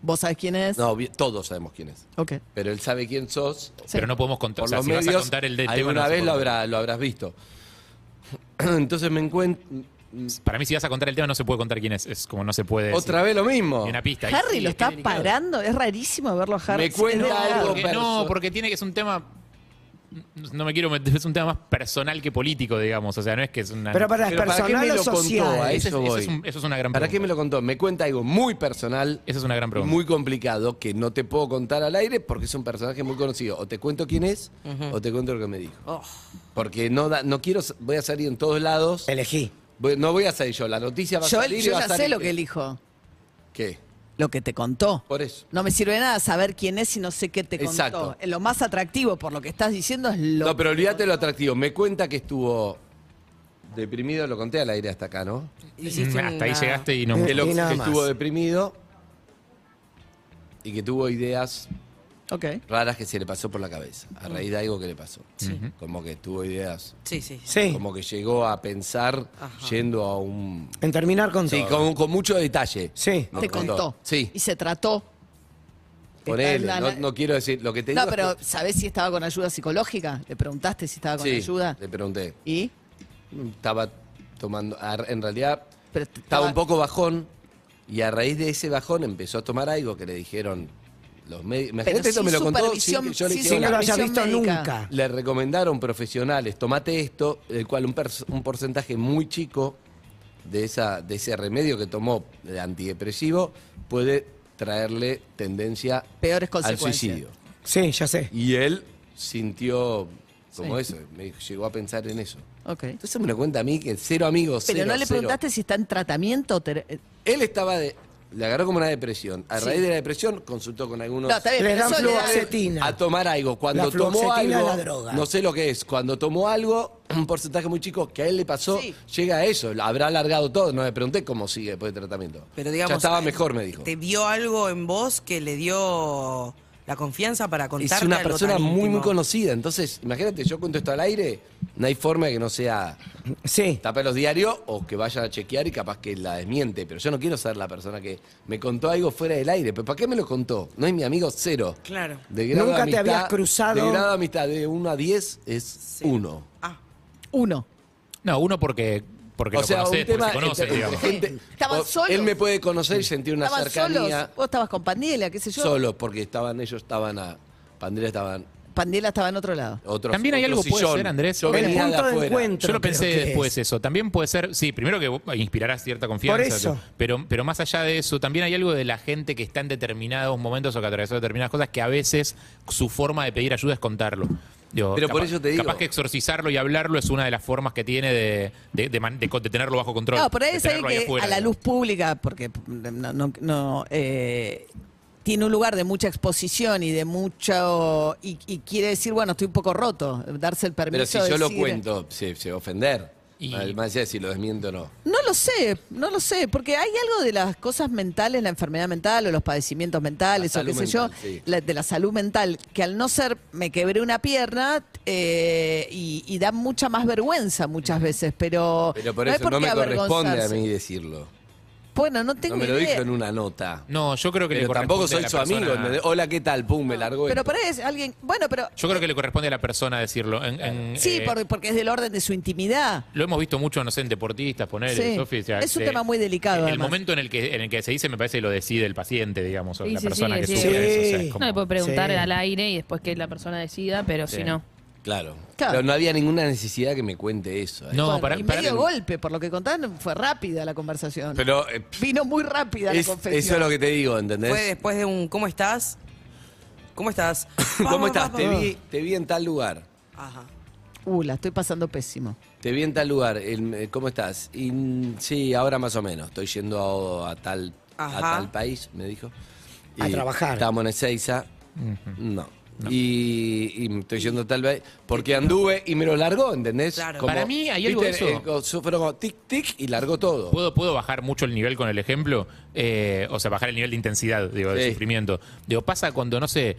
S13: ¿Vos sabés quién es?
S5: No, vi- todos sabemos quién es.
S13: Ok.
S5: Pero él sabe quién sos.
S9: Pero no podemos
S5: Por
S9: contar. o sea,
S5: los
S9: si
S5: medios,
S9: vas a contar el de este, tema, no
S5: alguna
S9: vas a
S5: vez lo,
S9: poder.
S5: habrá, lo habrás visto. Entonces me encuentro.
S9: Para mí, si vas a contar el tema, no se puede contar quién es. Es como no se puede.
S5: Otra vez lo mismo.
S9: Ni una pista.
S13: Harry
S9: Y-
S13: lo
S9: y-
S13: está parando, es rarísimo verlo a Harry.
S5: Me cuenta
S13: Es delicado.
S5: algo,
S9: porque no, porque tiene que es un tema. No me quiero meter, es un tema más personal que político, digamos. O sea, no es que es una. Ah,
S12: Pero para- ¿es personal o social?
S5: A
S9: Ese es-
S5: eso,
S9: ese
S5: voy.
S9: es un- eso es una gran
S5: ¿Para qué me lo contó? Me cuenta algo muy personal.
S9: Esa es una gran pregunta.
S5: Muy complicado que no te puedo contar al aire porque es un personaje muy conocido. O te cuento quién es o te cuento lo que me dijo.
S13: Oh.
S5: Porque no da- no quiero, voy a salir en todos lados.
S12: Elegí.
S5: Voy- no voy a salir yo, la noticia va a
S13: Yo,
S5: salir. y
S13: yo
S5: va a
S13: ya
S5: salir-
S13: sé lo que elijo.
S5: ¿Qué?
S13: Lo que te contó.
S5: Por eso.
S13: No me sirve nada saber quién es y no sé qué te contó.
S5: Exacto.
S13: Eh, Lo más atractivo por lo que estás diciendo es lo
S5: No, pero olvídate lo atractivo. Me cuenta que estuvo deprimido, lo conté al aire hasta acá, ¿no? Mm,
S9: Hiciste Mm, Hasta ahí una- llegaste y no-
S5: Que lo-
S9: Y nada
S5: que
S9: más.
S5: estuvo deprimido y que tuvo ideas
S13: Ok. Mm.
S5: raras que se le pasó por la cabeza, a raíz de algo que le pasó.
S7: Sí.
S5: Como que tuvo ideas.
S7: Sí, sí.
S5: Como que llegó a pensar yendo a un...
S12: En terminar con
S5: Sí,
S12: todo.
S5: con, con mucho detalle.
S12: Sí.
S5: Me
S13: te contó.
S5: Sí,
S13: Y se trató.
S5: con él.
S13: Está en
S5: No,
S13: la-
S5: no quiero decir lo que te
S13: No,
S5: digo. es
S13: pero
S5: que-
S13: ¿sabés si estaba con ayuda psicológica? ¿Le preguntaste si estaba con
S5: Sí,
S13: ayuda?
S5: le pregunté.
S13: ¿Y?
S5: Estaba tomando... ar- En realidad...
S13: Pero t-
S5: Estaba un poco bajón y a raíz de ese bajón empezó a tomar algo que le dijeron los médicos. Imagínate esto
S13: sin
S5: me lo contó
S13: supervisión-
S5: que yo le
S13: sin
S5: dijera
S12: no lo haya visto
S13: supervisión médica.
S12: nunca.
S5: nada. Le recomendaron profesionales, tomate esto, el cual un, pers- un porcentaje muy chico de, esa, de ese remedio que tomó de antidepresivo puede traerle tendencia
S13: Peores
S5: al
S13: consecuencias.
S5: suicidio.
S12: Sí, ya
S7: Eh,
S12: sé.
S5: Y él sintió como
S13: Sí.
S5: eso, me dijo, llegó a pensar en eso.
S13: Ok.
S5: Entonces me lo cuenta a mí que cero amigos,
S13: Pero
S5: cero,
S13: no le
S5: cero.
S13: preguntaste si está en tratamiento. o ter- eh,
S5: Él estaba de. Le agarró como una depresión. A
S13: Sí.
S5: raíz de la depresión consultó con algunos.
S13: No, está bien,
S12: Le
S13: pero
S12: dan
S13: eso le da-
S12: fluoxetina.
S5: A tomar algo.
S12: La
S5: Cuando tomó
S12: fluoxetina
S5: algo.
S12: es la droga.
S5: No sé lo que es. Cuando tomó algo, un porcentaje muy chico que a él le pasó, llega a eso. Habrá alargado todo. No me pregunté cómo sigue después del tratamiento.
S7: Pero digamos,
S5: Ya
S7: eh,
S5: estaba mejor, me dijo.
S7: ¿Te vio algo en vos que le dio la confianza para contarte
S5: Es una
S7: algo
S5: persona
S7: tan
S5: muy, muy
S7: íntimo?
S5: conocida. Entonces, imagínate, yo cuento esto al aire. No hay forma de que no sea.
S12: Sí.
S5: Tapa los diarios o que vayan a chequear y capaz que la desmiente. Pero yo no quiero ser la persona que me contó algo fuera del aire. ¿Pero para qué me lo contó? No es mi amigo cero.
S7: Claro.
S5: De grado
S12: Nunca
S5: de
S12: te
S5: amistad-
S12: habías cruzado-
S5: De grado de amistad de 1 a 10 es 1.
S7: Ah.
S13: Uno.
S9: No, uno porque, porque lo conoces, porque se conocen,
S5: entre-
S9: digamos.
S5: entre gente-
S13: Estaban
S5: o-
S13: solos.
S5: Él me puede conocer y sentir una
S13: ¿Estaban solos?
S5: cercanía
S13: Vos estabas con Pandela, qué sé yo.
S5: solo, porque estaban ellos estaban a Pandela estaban
S13: Pandela estaba en otro lado.
S5: otros
S9: También hay
S5: otro
S9: algo puede
S5: sillón.
S9: ser, Andrés.
S5: Yo
S9: El
S5: venía
S12: punto de
S5: afuera.
S12: encuentro.
S9: Yo lo pensé
S12: ¿pero qué
S9: después eso. También puede ser, sí, primero que vos inspirarás cierta confianza.
S12: Por eso.
S9: Pero, pero más allá de eso, también hay algo de la gente que está en determinados momentos o que atravesó determinadas cosas que a veces su forma de pedir ayuda es contarlo. Digo,
S5: Pero por eso te digo-
S9: Capaz que exorcizarlo y hablarlo es una de las formas que tiene de, de- de man- de co- de tenerlo bajo control.
S13: No, por ahí
S9: de
S13: es alguien
S9: tenerlo ahí
S13: que
S9: afuera,
S13: a la
S9: digamos.
S13: luz pública, porque no, no- no, eh, tiene un lugar de mucha exposición y de mucho. Y, y quiere decir, bueno, estoy un poco roto, darse el permiso
S5: Pero
S13: de
S5: si yo lo
S13: decir-
S5: cuento, se, se va a ofender.
S9: Y-
S5: Además, ya si lo desmiento o no.
S13: No lo sé, no lo sé, porque hay algo de las cosas mentales, la enfermedad mental o los padecimientos mentales
S5: La
S13: o qué
S5: salud
S13: sé yo,
S5: mental, sí.
S13: la- de la salud mental, que al no ser me quebré una pierna eh, y, y da mucha más vergüenza muchas veces, pero,
S5: Pero por
S13: no hay
S5: eso no
S13: qué
S5: me corresponde a
S13: avergonzarse.
S5: mí decirlo.
S13: Bueno, no tengo
S5: no me lo
S13: idea.
S5: dijo en una nota.
S9: No, yo creo que le
S5: Pero tampoco soy
S9: corresponde
S5: su
S9: a la
S5: amigo.
S9: persona-
S5: ¿entendés? Hola, ¿qué tal? Pum, me largo.
S13: Pero
S5: esto.
S13: por ahí es alguien, bueno, pero
S9: Yo creo que le corresponde a la persona decirlo. En- en,
S13: sí,
S9: eh,
S13: por- porque es del orden de su intimidad.
S9: Lo hemos visto mucho, no sé, en deportistas, poner
S13: Sí. Es un tema muy delicado,
S9: El,
S13: además.
S9: momento en el, que, en el que se dice, me parece que lo decide el paciente, digamos, o
S8: Sí,
S9: la
S8: sí,
S9: persona
S8: sí,
S9: que
S8: sí.
S9: sufre eso. o sea, es
S8: No
S9: como-
S8: le puedo preguntar
S12: Sí.
S8: al aire y después que la persona decida, pero
S5: Sí.
S8: si no.
S5: Claro.
S13: Claro.
S5: Pero no había ninguna necesidad que me cuente eso. ¿eh?
S9: No,
S13: Bueno,
S9: para-
S13: y
S9: para-
S13: medio golpe, por lo que contaron, fue rápida la conversación.
S5: Pero eh, pff,
S13: Vino muy rápida
S5: es-
S13: la
S5: eso es
S13: confesión.
S5: lo que te digo, ¿entendés?
S7: Fue después de un ¿Cómo estás? ¿Cómo estás?
S5: ¿Cómo
S7: Vamos,
S5: estás?
S7: vamos,
S5: Te
S7: vamos.
S5: vi, te vi en tal lugar.
S7: Ajá.
S13: Uh, la estoy pasando pésimo.
S5: Te vi en tal lugar. El- eh, ¿Cómo estás? Y, mm, sí, ahora más o menos. Estoy yendo a, a tal, a
S7: Ajá.
S5: tal país, me dijo.
S12: A trabajar.
S5: Estamos en Ezeiza. No.
S14: Y, y me estoy yendo tal vez porque anduve y me lo largó, ¿entendés?
S9: Claro. Para mí hay algo
S14: ¿viste?
S9: de eso.
S14: Eh, co- su- fueron como tic, tic y largó todo.
S9: ¿Puedo, puedo bajar mucho el nivel con el ejemplo? Eh, o sea, bajar el nivel de intensidad, digo, de
S14: Sí.
S9: sufrimiento. Digo, pasa cuando, no sé,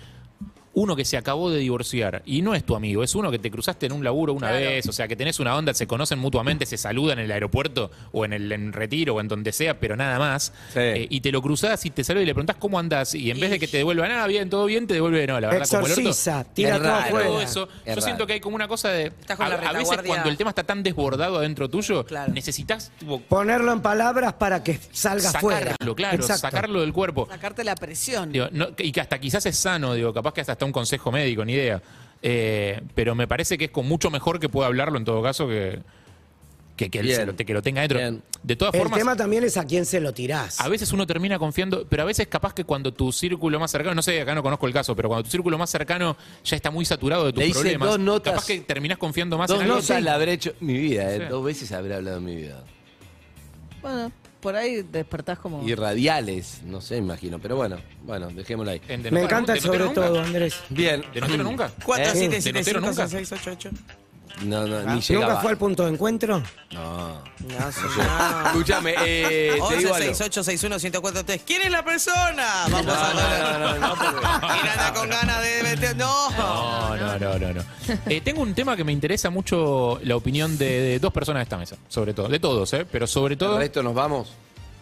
S9: uno que se acabó de divorciar y no es tu amigo, es uno que te cruzaste en un laburo una vez, o sea, que tenés una onda, se conocen mutuamente, se saludan en el aeropuerto o en el en retiro o en donde sea, pero nada más. Eh, y te lo cruzás y te saludas y le preguntás cómo andás y en vez de que te devuelva, nada bien, todo bien, te devuelve, no, la verdad, como
S7: Exorciza,
S9: el orto.
S7: tira
S9: Es
S7: todo
S9: raro
S7: afuera.
S9: todo eso.
S7: Es
S9: Yo siento
S7: raro.
S9: que hay como una cosa de...
S7: con
S9: a,
S7: la
S9: a veces
S7: retaguardia.
S9: cuando el tema está tan desbordado adentro tuyo, necesitas tipo,
S7: Ponerlo en palabras para que salga
S9: sacarlo,
S7: afuera.
S9: claro, sacarlo del cuerpo.
S15: Sacarte la presión.
S9: Digo, no- y que hasta quizás es sano, digo, capaz que hasta hasta un consejo médico, ni idea. Eh, pero me parece que es con mucho mejor que pueda hablarlo en todo caso que, que, que él se lo, te- que lo tenga dentro. De todas
S7: El
S9: formas,
S7: tema también es a quién se lo tirás.
S9: a veces uno termina confiando, pero a veces capaz que cuando tu círculo más cercano, no sé, acá no conozco el caso, pero cuando tu círculo más cercano ya está muy saturado de tus
S5: Le hice
S9: problemas,
S5: dos notas-
S9: capaz que terminás confiando más
S5: Dos
S9: en algo.
S5: notas la habré hecho mi vida, eh,
S9: Sí.
S5: dos veces habré hablado en mi vida.
S15: Bueno, por ahí despertás como.
S5: Y radiales, no sé, imagino. Pero bueno, bueno, dejémoslo ahí.
S7: Me encanta el sobre todo, Andrés.
S5: Bien.
S9: ¿De notero nunca?
S5: ¿Eh?
S13: 4, 7, 7,
S5: ¿De notero
S13: 5,
S5: nunca?
S13: 6, 8, 8.
S5: No, no, ni
S7: ¿Nunca
S5: llegaba.
S7: fue al punto de encuentro?
S5: No.
S13: No, sí,
S5: llegaba.
S13: no.
S5: Escúchame, eh, te
S13: 11,
S5: digo algo.
S13: 6, 8, 6, 1, 104, 3. ¿Quién es la persona? Vamos
S5: No,
S13: a
S5: no, no, no, no, porque-
S9: Ah,
S13: Miranda con ganas de meter. No.
S9: No, no, no, no. no. Eh, tengo un tema que me interesa mucho la opinión de, de dos personas de esta mesa, sobre todo. De todos, ¿eh? Pero sobre todo.
S5: ¿El resto nos vamos?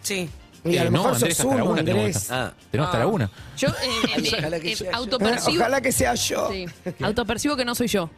S13: Sí.
S9: Eh, no, Andrés, hasta la una tenemos que estar. Ah, Tenemos hasta la una.
S8: Yo eh, me- eh, autopercibo.
S7: Ojalá que sea yo.
S8: Sí. Autopercibo que no soy yo.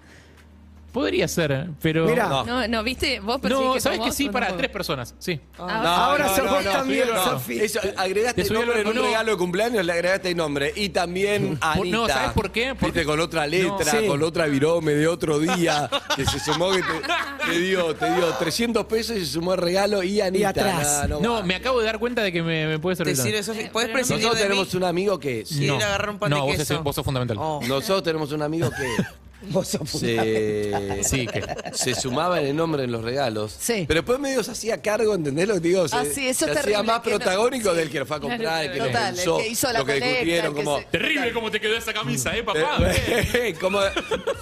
S9: Podría ser, pero.
S7: Mirá.
S9: no.
S8: No, no, viste, vos percibís
S9: No,
S8: que
S9: sabes
S8: sos
S9: que
S8: vos,
S9: sí,
S8: no
S9: para
S8: puedo.
S9: tres personas. Sí.
S8: Ah,
S7: Ahora sos vos también,
S9: Sofi.
S5: Eso, agregaste
S9: Te subí
S5: nombre
S9: al
S5: en un
S9: no.
S5: regalo de cumpleaños, le agregaste nombre. Y también
S9: Por-
S5: Anita.
S9: no, ¿sabes por qué? Porque-
S5: Viste, con otra letra,
S9: No. Sí.
S5: con otra virome de otro día, que se sumó, que te, te dio, te dio 300 pesos y se sumó el regalo y Anita.
S7: atrás.
S5: No,
S9: No,
S5: no,
S9: me acabo de dar cuenta de que me, me puede servir.
S13: Te sirve
S9: también.
S13: eso. Puedes prescindir
S5: Nosotros
S13: de mí.
S5: tenemos un amigo que...
S13: Quiero ir a agarrar un pan
S9: no
S13: de
S9: vos,
S13: queso.
S9: sos- vos sos fundamental.
S8: Oh.
S5: Nosotros tenemos un amigo que...
S7: Vos sos
S5: se,
S9: Sí, que-
S5: se sumaba en el nombre en los regalos. Pero después medio se hacía cargo, ¿entendés lo que digo? Se,
S15: Ah, sí, eso
S5: se
S15: es
S5: hacía
S15: terrible,
S5: más
S15: que no-
S5: protagónico del que lo fue a comprar,
S15: Claro,
S5: el que
S15: total, el
S5: lo impulsó,
S15: que hizo la
S5: lo que
S15: colecta,
S5: discutieron,
S15: el que
S5: como...
S15: se-
S9: Terrible cómo te quedó esa camisa, ¿eh, papá?
S5: Eh, como,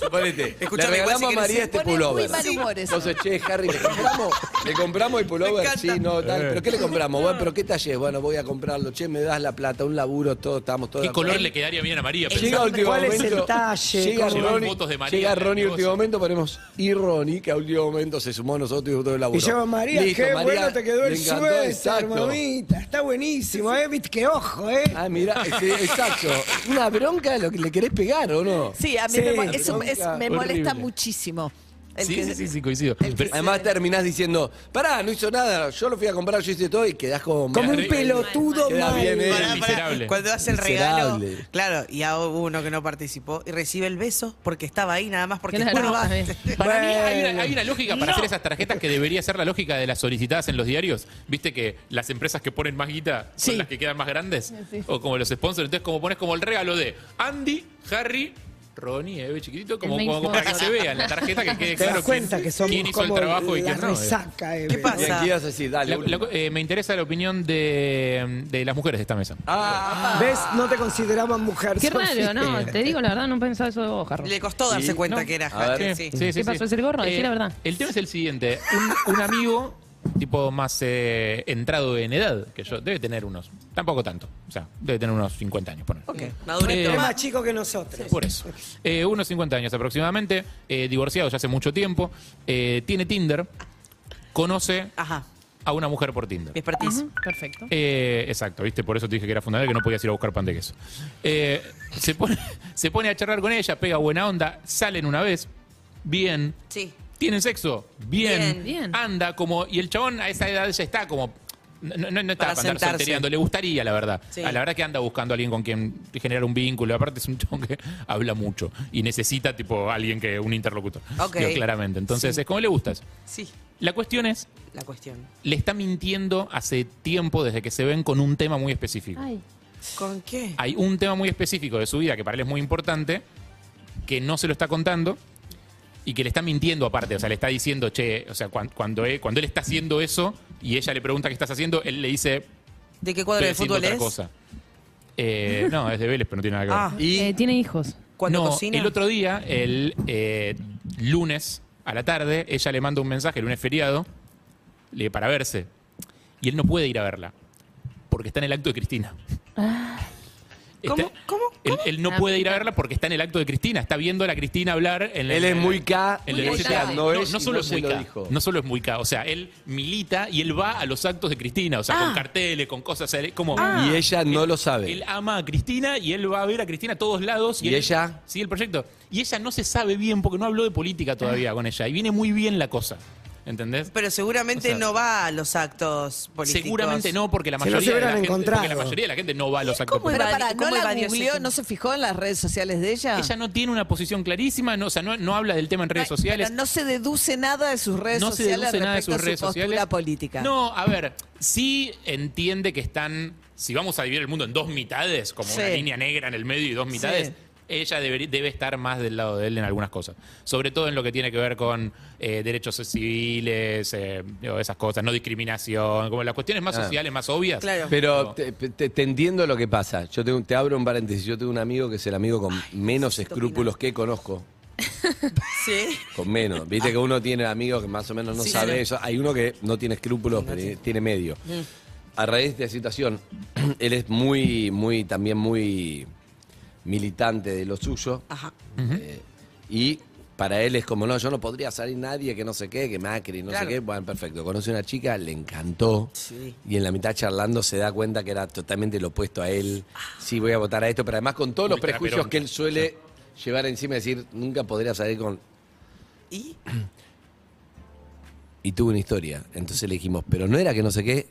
S5: suponete, le
S13: Escuchame, igual si
S5: regalamos a
S13: querés
S5: María
S13: se
S5: este
S13: pone muy
S5: pullover.
S13: mal humor eso.
S5: Entonces, che, Harry, le compramos, le compramos el pullover, sí, no, tal. ¿Pero qué le compramos? Bueno, pero ¿qué talle es? Bueno, voy a comprarlo. Che, me das la plata, un laburo, todo, estamos todos. de
S9: ¿Qué
S5: acuerdo.
S9: color le quedaría bien a María?
S5: Llega
S9: Pensá.
S5: último momento, Llega
S9: Llevan
S5: Ronnie,
S9: fotos de María.
S5: llega
S9: en el
S5: Ronnie
S9: negocio.
S5: último momento, ponemos y Ronnie, que a último momento se sumó a nosotros y todo el laburo.
S7: Y lleva María,
S5: Listo,
S7: qué
S5: María,
S7: bueno te quedó
S5: le
S7: el
S5: encantó,
S7: suéter,
S5: exacto.
S7: mamita. Está buenísimo, ¿eh? Viste, qué ojo, ¿eh?
S5: Ah, mira, sí, exacto. Una bronca lo que le querés pegar, ¿o no?
S15: Sí, a mí
S5: Sí,
S15: me, mo-
S5: una
S15: eso es-
S5: bronca
S15: me molesta
S5: horrible.
S15: muchísimo. El
S5: Sí,
S15: que-
S5: sí, sí, sí, coincido.
S15: que-
S5: Además terminás diciendo, pará, no hizo nada, yo lo fui a comprar, yo hice todo y quedás como...
S7: Como un pelotudo
S5: Queda
S7: mal.
S5: bien, eh.
S13: Pará, pará.
S5: Miserable.
S13: Cuando das el regalo,
S5: Miserable.
S13: claro, y a uno que no participó y recibe el beso porque estaba ahí nada más porque uno va.
S9: Para mí hay una, hay una lógica para hacer esas tarjetas que debería ser la lógica de las solicitadas en los diarios. Viste que las empresas que ponen más guita son las que quedan más grandes. O como los sponsors. Entonces, como pones como el regalo de Andy, Harry. Ronnie, Eve, chiquitito, como,
S7: El
S9: como-
S7: mismo.
S9: para que se vea en la tarjeta que
S7: Te
S9: quede
S7: das
S9: claro
S7: cuenta
S9: quién,
S7: que somos
S9: quién hizo el
S7: como
S9: trabajo y
S7: la
S9: quién no. eh.
S7: resaca, Eve. ¿Qué
S5: pasa? Bien, ¿qué ibas a decir? Dale,
S9: La-
S5: último.
S9: la- eh, me interesa la opinión de, de las mujeres de esta mesa.
S5: Ah,
S7: ¿Ves? No te consideraban mujer.
S8: Qué
S7: Sofi.
S8: raro, no, te digo la verdad, no pensaba eso de vos, Jarro.
S13: Le costó darse cuenta que era
S9: A ver.
S13: Hacker, sí.
S9: Sí, sí,
S8: ¿Qué
S9: sí.
S8: pasó? ¿Es el gorro? Decí
S9: Eh,
S8: la verdad.
S9: El tema es el siguiente. Un, un amigo, tipo más eh, entrado en edad que yo, debe tener unos, tampoco tanto, o sea, debe tener unos 50 años, ponele.
S7: Es
S9: Eh,
S7: más chico que nosotros.
S9: Por eso. Eh, unos 50 años aproximadamente, eh, divorciado ya hace mucho tiempo, eh, tiene Tinder, conoce
S13: Ah.
S9: a una mujer por Tinder.
S13: Mi expertise.
S8: Perfecto.
S9: Eh, exacto, ¿viste? Por eso te dije que era fundamental que no podías ir a buscar pan de queso. Eh, se, pone, se pone a charlar con ella, pega buena onda, salen una vez, bien.
S13: Sí.
S9: Tienen sexo, bien.
S13: Bien. Bien.
S9: Anda como. Y el chabón a esa edad ya está como. No, no, no está
S13: Para
S9: para andar
S13: sentarse.
S9: soltereando, le gustaría, la verdad.
S13: Sí.
S9: A la verdad que anda buscando a alguien con quien generar un vínculo. Aparte, es un chabón que habla mucho y necesita, tipo, alguien que. un interlocutor.
S13: Ok.
S9: Digo, claramente. Entonces,
S13: Sí.
S9: es como le gustas.
S13: Sí,
S9: La cuestión es
S13: la cuestión.
S9: le está mintiendo hace tiempo desde que se ven con un tema muy específico.
S13: Ay. ¿Con qué?
S9: Hay un tema muy específico de su vida que para él es muy importante, que no se lo está contando y que le está mintiendo aparte. O sea, le está diciendo, che, o sea, cuan- cuando, él, cuando él está haciendo eso y ella le pregunta qué estás haciendo, él le dice,
S13: ¿De qué cuadro
S9: estoy
S13: de
S9: haciendo
S13: fútbol
S9: otra
S13: es? Ah.
S9: cosa. Eh, no, es de Vélez, pero no tiene nada que ver.
S8: Eh, tiene hijos. Ah, cuando
S9: no,
S8: cocina?
S9: El otro día, el eh, lunes a la tarde, ella le manda un mensaje, el lunes feriado, le- para verse. Y él no puede ir a verla. Porque está en el acto de Cristina. ¿Cómo?
S8: Ah. ¿Cómo? Ah,
S9: Él, él no
S5: La
S9: puede ir a verla porque está en el acto de Cristina. Está viendo a la Cristina hablar. En la-
S5: Él es
S9: en la-
S5: muy K,
S9: en la
S5: muy
S9: iglesia.
S5: K, no
S9: No,
S5: es
S9: no
S5: y
S9: solo
S5: no
S9: es
S5: se
S9: muy
S5: lo
S9: K,
S5: dijo.
S9: No solo es muy K. O sea, él milita y él va a los actos de Cristina. O sea,
S8: Ah.
S9: con carteles, con cosas. o sea, él es como,
S5: Y ella no lo sabe.
S9: él ama a Cristina y él va a ver a Cristina a todos lados. ¿Y, ella? Sigue el proyecto. Y ella no se sabe bien porque no habló de política todavía con ella. Y viene muy bien la cosa. ¿Entendés?
S8: Pero seguramente
S9: O sea,
S8: no va a los actos políticos.
S9: Seguramente no, porque la
S8: Si no se
S9: mayoría, de la
S8: hubieran
S9: gente, porque
S8: encontrado.
S9: la mayoría de la gente no va a los actos
S7: Pero
S9: políticos.
S7: para, ¿no
S8: cómo
S7: la
S8: evadió ese
S7: googleó?
S8: tema?
S7: ¿No se fijó en las redes sociales de ella?
S9: Ella no tiene una posición clarísima, no, o sea, no, no habla del tema en redes sociales.
S7: Pero no se deduce nada de sus redes
S9: no se
S7: sociales
S9: deduce nada de
S7: respecto
S9: sus redes
S7: a su postura
S9: sociales.
S7: política.
S9: No, a ver, sí entiende que están, si vamos a dividir el mundo en dos mitades, como una
S7: Sí.
S9: línea negra en el medio y dos mitades,
S7: Sí.
S9: ella deberí- debe estar más del lado de él en algunas cosas. Sobre todo en lo que tiene que ver con eh, derechos civiles, eh, digo, esas cosas, no discriminación, como las cuestiones más
S5: Ah.
S9: sociales, más obvias.
S5: Pero te, te- te entiendo lo que pasa. Yo tengo- te abro un paréntesis. Yo tengo un amigo que es el amigo con menos escrúpulos que conozco.
S8: Sí.
S5: Con menos. Viste que uno tiene amigos que más o menos no
S8: Sí,
S5: sabe
S8: sí.
S5: eso. Hay uno que no tiene escrúpulos, pero tiene medio. A raíz de esta situación, él es muy, muy, también muy militante de lo suyo.
S8: Ajá.
S5: Eh, y para él es como, no, yo no podría salir nadie que no sé qué, que Macri, no
S8: Claro.
S5: sé qué. Bueno, perfecto. Conoce una chica, le encantó.
S8: Sí.
S5: Y en la mitad charlando se da cuenta que era totalmente lo opuesto a él.
S8: Ah.
S5: Sí, voy a votar a esto, pero además con todos los
S9: Ultra
S5: prejuicios
S9: peronta.
S5: que él suele llevar encima y decir, nunca podría salir con.
S8: ¿Y?
S5: Y tuvo una historia. Entonces le dijimos, pero no era que no sé qué.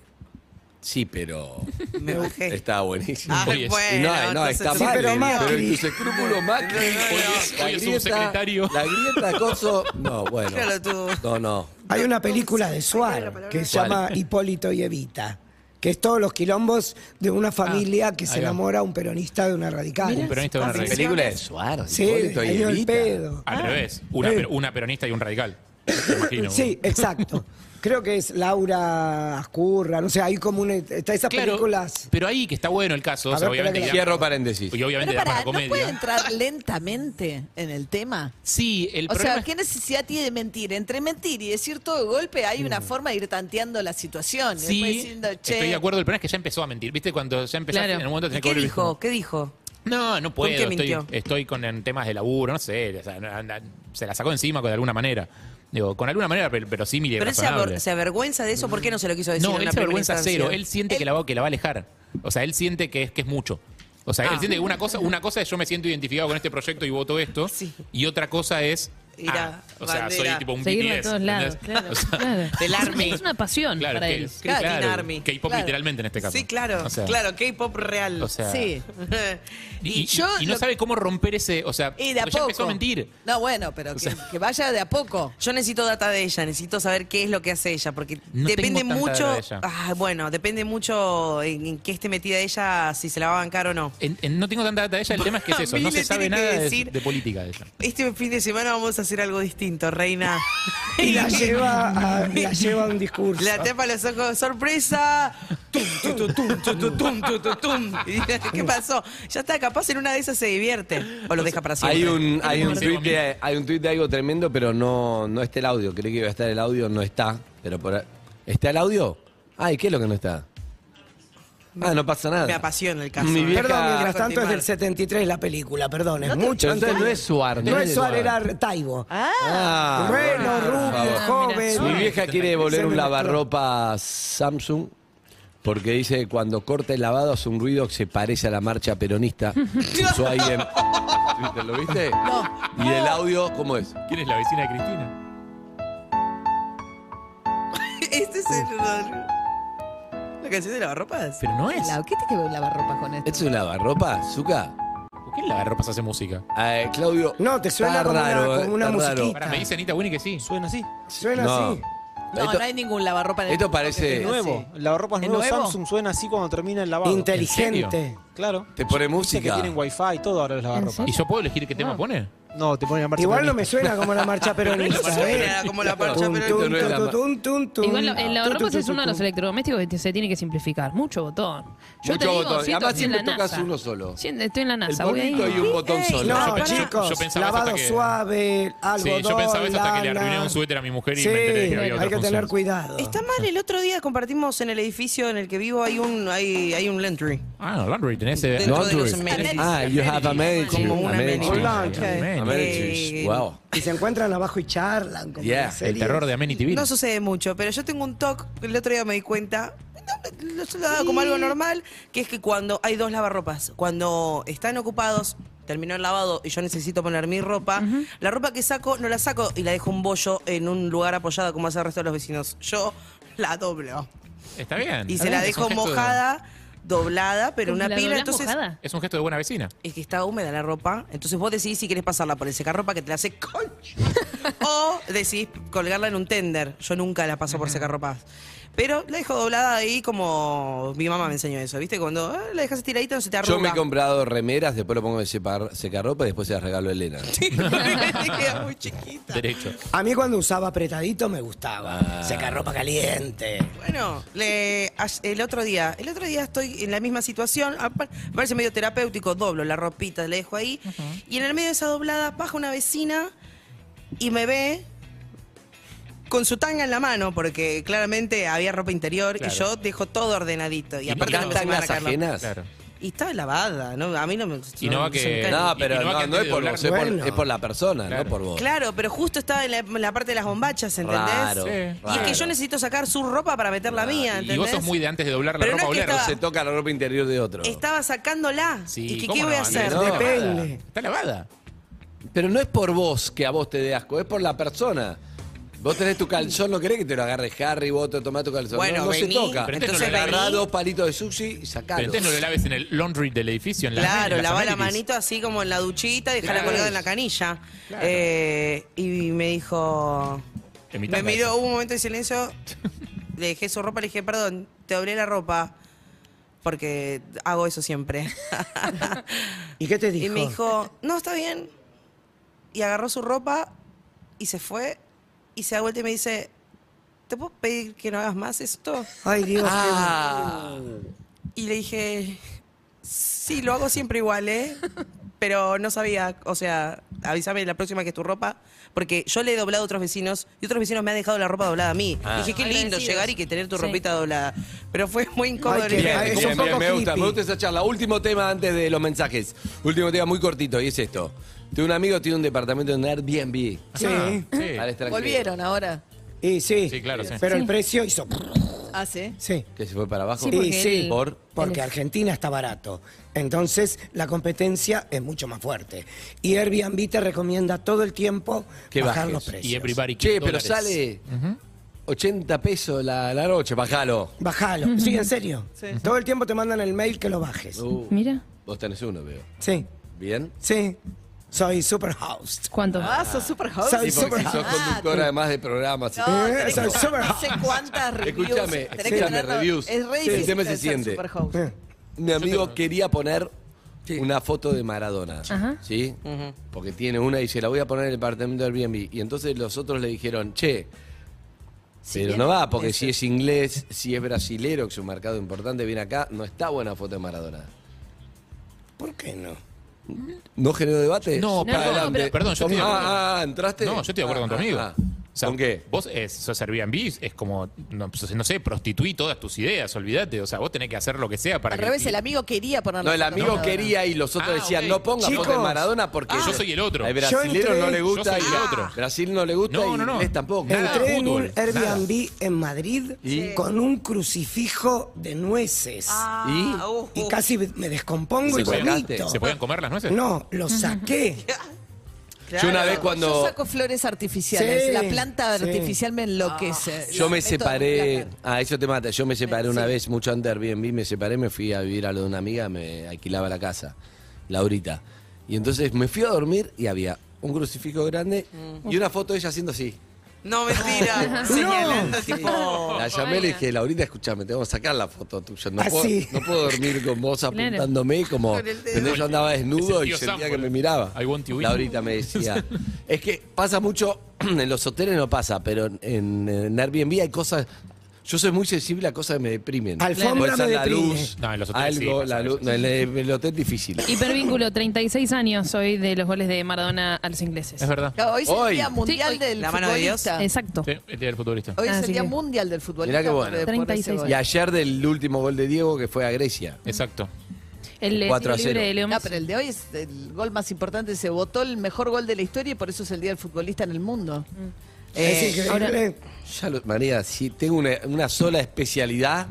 S5: Sí, pero.
S8: Me bajé.
S5: Estaba buenísimo.
S8: Ah,
S5: Oye,
S8: bueno,
S5: y no, no,
S8: entonces
S5: está
S8: sí,
S5: mal. eh,
S8: pero Macri.
S5: en tus escrúpulos, Macri.
S8: No, no, no.
S5: Oye, la
S9: Hoy es
S5: grieta-
S9: subsecretario.
S5: La grieta, coso. No, bueno.
S8: Claro, tú.
S5: No, no.
S13: Hay una película de Suar que se llama
S5: ¿Cuál?
S13: Hipólito y Evita, que es todos los quilombos de una familia que se
S9: ahí va.
S13: enamora a un peronista de una radical.
S9: Un peronista de una radical.
S5: Película de Suárez.
S13: Sí, ahí el pedo.
S9: Al
S13: Ah.
S9: revés, una, per- una peronista y un radical. Me imagino.
S13: Sí, exacto. Creo que es Laura Ascurra, no sé, hay como una. Está esas
S9: Claro,
S13: películas.
S9: Pero ahí que está bueno el caso.
S13: A
S9: o sea,
S13: ver,
S9: obviamente
S13: espera
S9: da-
S13: que-
S5: Cierro paréntesis.
S9: Y obviamente
S7: Pero
S9: da para
S7: para, ¿no
S9: comedia.
S7: puede entrar lentamente en el tema?
S9: Sí, el
S7: O
S9: problema
S7: sea,
S9: es-
S7: ¿qué necesidad tiene de mentir? Entre mentir y decir todo de golpe hay
S5: Mm.
S7: una forma de ir tanteando la situación. y
S9: Sí,
S7: después diciendo, che,
S9: estoy de acuerdo. El problema es que ya empezó a mentir. ¿Viste? Cuando ya empezaste
S8: Claro.
S9: en un momento tenés
S8: ¿Y
S9: que
S8: qué
S9: volver y
S8: dijo? ¿Qué dijo?
S9: No, no
S8: ¿Con qué
S9: puedo. Estoy,
S8: mintió?
S9: estoy con en temas de laburo, no sé. o sea, no, anda- se la sacó encima con, de alguna manera. Digo, con alguna manera, pero, pero sí,
S8: Pero él se, aver- se avergüenza de eso, ¿por qué no se lo quiso decir?
S9: no, él
S8: en una
S9: se
S8: primera
S9: avergüenza
S8: instancia?
S9: cero. Él siente Que, la va, que la va a alejar. O sea, él siente que es, que es mucho. O sea, él
S8: Ah.
S9: siente que una cosa, una cosa es yo me siento identificado con este proyecto y voto esto. Y otra cosa es.
S8: Ir a
S9: ah, o sea, soy
S8: bandera.
S9: tipo un
S16: Seguirlo
S9: BTS.
S16: a todos lados,
S9: ¿entendés?
S16: claro,
S9: O sea,
S16: claro.
S8: Del
S16: Es una-
S8: Army.
S16: Es una pasión
S9: Claro,
S16: para
S9: que-
S16: él.
S9: que- Claro, claro, Teen Army. K-pop Claro. literalmente en este caso.
S8: Sí, claro,
S9: O sea.
S8: claro, K-pop real.
S9: O sea.
S7: Sí.
S9: Y,
S7: Y
S9: y-
S7: yo
S9: y no
S7: lo-
S9: sabe cómo romper ese. O sea,
S7: y de a
S9: porque ya empezó
S7: poco.
S9: a mentir.
S7: No, bueno, pero que, que vaya de a poco.
S8: Yo necesito data de ella, necesito saber qué es lo que hace ella, porque
S9: No
S8: depende
S9: tengo tanta
S8: mucho.
S9: data de ella.
S8: Ah, bueno, depende mucho en, en qué esté metida ella, si se la va a bancar o no.
S9: En- en- no tengo tanta data de ella. El tema es que es
S8: A
S9: eso.
S8: mí
S9: No
S8: le
S9: se sabe
S8: tiene
S9: nada
S8: que
S9: de-
S8: decir-
S9: de política de ella.
S8: Este fin de semana vamos a hacer algo distinto, reina.
S13: Y la lleva a, la lleva a un discurso.
S8: La tapa los ojos, sorpresa. Tum, tu, tu, tum, tu, tu, tum, tu, tu, tum. Y dice, ¿Qué pasó? Ya está, capaz en una de esas se divierte. O lo deja para siempre.
S5: Hay un, hay, un
S8: Sí.
S5: tuit de, hay un tuit de algo tremendo, pero no, no está el audio. Creí que iba a estar el audio, no está. Pero por ahí- ¿Está el audio? Ay, ¿qué es lo que no está? Ah, no pasa nada.
S8: Me apasiona el caso. ¿eh?
S5: Mi vieja-
S13: Perdón, mientras
S8: Continuar.
S13: tanto es del 73 la película, perdón, es
S5: No te-
S13: mucho.
S5: no, entonces no es Suar,
S13: No, es Suar, era Taibo.
S5: Ah,
S13: bueno,
S5: por
S13: rubio,
S9: ah,
S5: favor.
S13: joven.
S5: Mi vieja quiere devolver
S13: Se
S5: un
S13: me
S5: lavarropa Samsung porque dice que cuando corta el lavado hace un ruido que se parece a la marcha peronista. Puso ahí en- Twitter, ¿Lo viste? ¿Y el audio cómo es?
S9: ¿Quién es la vecina de Cristina?
S8: Este es el. La canción de lavarropas.
S9: Pero no es.
S7: La- ¿Qué tiene que ver lavarropas con esto?
S5: ¿Esto es un lavarropa, Zuka?
S9: ¿Por qué la ropas hace música?
S5: Eh, Claudio.
S13: No, te suena
S5: está
S13: como una-
S5: raro, eh,
S13: como una
S5: está raro.
S13: musiquita.
S9: Pará, me dice Anita Winnie que sí.
S17: Suena así.
S13: Suena
S5: No.
S13: así.
S7: No,
S5: Esto-
S7: no hay ningún lavarropa en el
S5: esto parece-
S17: Es nuevo. La ropa
S7: ¿Es
S17: nueva
S7: nuevo?
S17: Samsung suena así cuando termina el lavado.
S13: Inteligente.
S17: Claro.
S5: Te pone
S17: Dice que
S5: música.
S17: tienen wifi y todo ahora los lavarropas.
S8: Ah.
S9: ¿Y yo puedo elegir qué tema pone?
S2: No, te ponen la marcha
S8: Igual no me
S2: peronista.
S8: suena como la marcha peronista.
S2: No suena
S8: ¿eh?
S2: como la marcha
S8: Tun,
S2: peronista.
S8: tun,
S2: No es la
S8: tun,
S2: mar-
S8: tun, tun, tun.
S18: Igual la- la
S8: Tun,
S18: ropa
S8: tun,
S18: pues es
S8: tun,
S18: uno de los
S8: tun.
S18: electrodomésticos que se tiene que simplificar. Mucho botón. Yo
S5: Mucho
S18: te digo,
S5: botón. Y
S18: siento-
S5: además
S18: estoy en
S5: siempre
S18: la
S5: tocas
S18: NASA.
S5: uno solo.
S18: Siento- Estoy en la NASA,
S5: El
S18: voy ahí.
S5: polvito y un botón
S18: Ey,
S5: solo.
S8: No,
S5: Yo pensaba-
S8: chicos,
S9: yo pensaba eso
S8: lavado
S9: hasta que-
S8: suave,
S9: Sí,
S8: algodón,
S9: yo pensaba eso hasta que le
S8: lana.
S9: arruiné un suéter a mi mujer y
S8: Sí,
S9: me enteré que había
S8: hay
S9: otras
S8: que tener
S9: funciones.
S8: cuidado.
S7: Está mal, el otro día compartimos en el edificio en el que vivo hay un, hay, hay un Lentry.
S9: Ah, no, Landry, tenés... eh,
S7: Dentro de los
S5: Laundry.
S7: amenities.
S5: Ah, you have amenities.
S7: Como un
S5: Amenities.
S7: amenity. Eh,
S8: Amenities.
S9: Amenities.
S5: Amenities. Wow.
S8: Y se encuentran abajo y charlan. como
S5: Yeah,
S8: en
S5: el
S9: El
S8: series.
S9: terror de Amenity
S7: No sucede mucho, pero yo tengo un toque, el otro día me di cuenta, no, no, yo lo daba como algo normal, que es que cuando hay dos lavarropas, cuando están ocupados, terminó el lavado y yo necesito poner mi ropa, la ropa que saco no la saco y la dejo un bollo en un lugar apoyada como hace el resto de los vecinos. Yo la doblo
S9: Está bien.
S7: y
S9: está
S7: se la
S9: bien, es un
S7: dejo
S9: gesto de-
S7: mojada, doblada, pero
S18: ¿La
S7: una pila,
S18: doblás
S7: entonces
S18: mojada?
S9: Es un gesto de buena vecina.
S7: es que está húmeda la ropa, entonces vos decidís si querés pasarla por el secarropa que te la hace concha. o decidís colgarla en un tender. Yo nunca la paso por secarropa. Pero la dejo doblada ahí como mi mamá me enseñó eso, ¿viste? Cuando ah, la dejas estiradita no se te arruga.
S5: Yo me he comprado remeras, después lo pongo de separ- secarropa y después se las regalo a Elena.
S7: Te queda muy chiquita.
S9: Derecho.
S8: A mí cuando usaba apretadito me gustaba. Seca ropa caliente.
S7: Bueno, le- as- el otro día, el otro día estoy en la misma situación, apa- me parece medio terapéutico, doblo la ropita, la dejo ahí, y en el medio de esa doblada baja una vecina y me ve con su tanga en la mano, porque claramente había ropa interior
S5: Claro.
S7: y yo dejo todo ordenadito. Y,
S5: ¿Y
S7: aparte no
S5: las
S7: me se me van
S5: tangas
S7: a caer los-
S5: ajenas?
S7: Y estaba lavada, ¿no? A mí no me
S9: Y no va
S7: se me
S9: que-
S7: cae.
S5: No,
S9: Y- y
S5: pero
S9: no va que
S5: no, no
S9: antes
S5: es por
S9: de
S5: vos,
S9: doblarse.
S5: es por,
S9: Bueno.
S5: es por la persona,
S9: Claro.
S5: no por vos.
S7: Claro, pero justo estaba en la, en la parte de las bombachas, ¿entendés?
S5: Raro,
S7: y es que
S5: raro. Ah,
S7: yo necesito sacar su ropa para meter la mía, ¿entendés?
S9: Y vos sos muy de antes de doblar la
S7: Pero no
S9: ropa
S7: es que
S9: oler.
S7: estaba-
S5: Se toca la ropa interior de otro.
S7: Estaba sacándola.
S9: Sí,
S7: ¿Y qué,
S9: ¿cómo
S7: qué
S9: no?
S7: voy a
S9: Ni
S7: hacer?
S5: No,
S8: Depende.
S9: Está lavada.
S5: Pero no es por vos que a vos te dé asco, es por la persona. Vos tenés tu calzón, no querés que te lo agarre Harry, vos te tomás tu calzón.
S7: Bueno,
S5: no, no
S7: vení,
S5: se toca.
S9: pero entonces
S5: Entonces
S9: no lo
S5: agarrá
S7: vení.
S5: dos palitos de sushi y
S9: Pero
S5: sacalo.
S9: entonces no lo laves en el laundry del edificio, en la
S7: Claro,
S9: en las
S7: lavá la
S9: amenities.
S7: manito así como en la duchita, dejala
S9: Claro.
S7: colgada en la canilla. Eh, y me dijo.
S9: En mi
S7: Me
S9: tanga
S7: miró,
S9: esa.
S7: hubo un momento de silencio. Le dejé su ropa, le dije, perdón, te doblé la ropa. Porque hago eso siempre.
S8: ¿Y qué te dijo?
S7: y me dijo, no, está bien. Y agarró su ropa y se fue. Y se da vuelta y me dice, ¿te puedo pedir que no hagas más esto?
S8: Ay, Dios. qué-
S5: Ah,
S7: Y le dije, sí, lo hago siempre igual, ¿eh? Pero no sabía, o sea, avísame la próxima que es tu ropa, porque yo le he doblado a otros vecinos y otros vecinos me han dejado la ropa doblada a mí.
S5: Ah.
S7: Dije, qué lindo
S18: Agradecidos.
S7: llegar y que tener tu
S18: Sí.
S7: ropita doblada. Pero fue muy incómodo. le
S8: Ay, qué
S7: dije,
S5: bien,
S8: Ay,
S5: bien,
S8: es
S5: bien,
S8: un poco
S5: me gusta,
S8: creepy.
S5: me gusta esa charla. Último tema antes de los mensajes. Último tema muy cortito y es esto. Tengo un amigo que tiene un departamento en Airbnb.
S8: Sí.
S5: Al
S9: Sí.
S5: extranjero.
S19: Volvieron ahora.
S8: Y sí.
S9: Ah, Sí, claro, sí.
S8: Pero el precio hizo.
S19: Ah, sí.
S8: Sí.
S5: Que se fue para abajo.
S18: Sí,
S8: Y
S18: porque
S8: sí,
S18: el-
S5: por-
S8: Porque Argentina está barato. Entonces la competencia es mucho más fuerte. Y Airbnb te recomienda todo el tiempo
S5: Que
S8: bajar
S5: bajes.
S8: los
S9: Y
S8: precios.
S9: everybody
S5: Che,
S9: keep
S5: pero
S9: dólares.
S5: sale 80 pesos la, la noche, bajalo.
S8: Bajalo. Sí, en serio. Todo el tiempo te mandan el mail que lo bajes.
S5: Uh,
S18: Mira,
S5: Vos tenés uno, veo.
S8: Sí,
S5: ¿Bien?
S8: sí. Soy super host. Eh,
S18: ¿cuánto?
S19: Ah, sos super joven.
S8: Soy
S5: Sí, porque sos
S19: Ah,
S5: conductora además de programas. y
S19: No,
S5: todo.
S8: Eh,
S19: tenés
S8: soy
S19: que
S8: super
S19: tomar no sé
S8: hot.
S19: cuántas reviews.
S5: Escúchame,
S19: Tenés que
S5: escúchame,
S19: tenerlo-
S5: reviews.
S19: Es re
S5: Sí.
S19: difícil
S5: El tema se
S19: ser
S5: siente.
S19: super host.
S8: Eh,
S5: Mi amigo quería poner una foto de Maradona,
S18: Ajá.
S5: ¿sí? Porque tiene una y dice, la voy a poner en el departamento de Airbnb. Y entonces los otros le dijeron, che,
S19: Sí,
S5: pero
S19: bien,
S5: no va, porque
S19: eso.
S5: si es inglés, si es brasilero, que es un mercado importante, viene acá, no está buena foto de Maradona.
S8: ¿Por qué no?
S5: ¿No generó debate?
S9: No, No, para
S18: no, adelante. pero-
S9: perdón, yo estoy de acuerdo.
S5: Ah, ah, ¿entraste?
S9: No, yo estoy de acuerdo con tu
S5: Ah,
S9: amigo.
S5: ah,
S9: O sea,
S5: ¿Con qué?
S9: Vos eh, sos Airbnb, es como, no, pues, no sé, prostituí todas tus ideas, olvídate. O sea, vos tenés que hacer lo que sea para
S19: Al
S9: que.
S19: revés, el amigo quería poner
S5: No, el amigo quería y los otros
S9: Ah,
S5: decían,
S9: ok. ah,
S5: no ponga foto de
S8: Chicos.
S5: Maradona porque...
S9: Yo soy el otro.
S5: Al
S9: Yo
S5: brasilero no
S8: entré-
S5: le gusta
S9: Yo soy
S5: y
S9: el
S5: a-
S9: otro.
S5: Brasil no le gusta
S9: No,
S5: y
S9: no, no.
S5: inglés tampoco.
S9: Nada.
S5: Nada.
S8: Entré en un
S9: fútbol,
S8: Airbnb en Madrid con un crucifijo de nueces.
S5: Ah, Y
S8: Y casi me descompongo
S5: ¿Se
S8: y
S5: colgaste?
S8: vomito.
S9: ¿Se podían comer las nueces?
S8: No, lo saqué.
S5: yo una vez cuando...
S19: Yo saco flores artificiales.
S8: Sí,
S19: la planta
S8: sí.
S19: artificial me enloquece.
S5: Ah, Yo
S19: La meto en
S5: me
S19: la
S5: separé,
S19: cara.
S5: ah, eso te mata, yo me separé una
S19: Sí.
S5: vez, mucho antes de Airbnb, me separé, me fui a vivir a lo de una amiga, me alquilaba la casa, Laurita.
S20: Mm.
S5: Y entonces me fui a dormir y había un crucifijo grande y una foto de ella haciendo así.
S21: No, mentira.
S7: Señalando,
S21: tipo-
S5: La llamé y le dije, Laurita, escúchame, te vamos a sacar la foto tuya. No,
S20: Ah,
S5: puedo,
S20: sí.
S5: no puedo dormir con vos apuntándome como...
S20: Con el dedo.
S5: ¿entendés? Yo andaba desnudo y
S9: tío
S5: sentía
S9: Sam,
S5: que me miraba. Laurita me decía... es que pasa mucho, en los hoteles no pasa, pero en, en Airbnb hay cosas... Yo soy muy sensible a cosas que me deprimen.
S20: Alfombra
S5: Puede ser
S20: me
S5: la
S20: deprime.
S5: luz,
S9: No, en los hoteles sí
S5: algo,
S9: pasa
S5: la
S9: eso,
S5: luz,
S9: sí,
S5: no, en el, el hotel difícil.
S8: Hipervínculo, 36 años soy de los goles de Maradona a los ingleses.
S9: Es verdad.
S7: Hoy es el Día
S8: Sí,
S7: Mundial
S8: hoy.
S7: del
S8: La mano de Dios.
S7: Futbolista.
S8: Exacto.
S9: Sí, el día del futbolista.
S7: Hoy es
S8: Así
S7: el Día
S8: que-
S7: Mundial del Futbolista.
S5: Mirá qué bueno.
S7: por- por ese
S8: 36
S7: gol.
S5: Y ayer del último gol de Diego que fue a Grecia.
S9: Exacto.
S8: El eh,
S5: 4 a
S8: tiro libre
S5: 0.
S8: de Leo
S7: No,
S8: Messi.
S7: Ah, pero el de hoy es el gol más importante. Se votó el mejor gol de la historia y por eso es el Día del Futbolista en el mundo.
S5: Mm.
S7: Eh,
S5: Es increíble.
S7: ahora-
S5: Ya lo- María, si tengo una, una sola especialidad,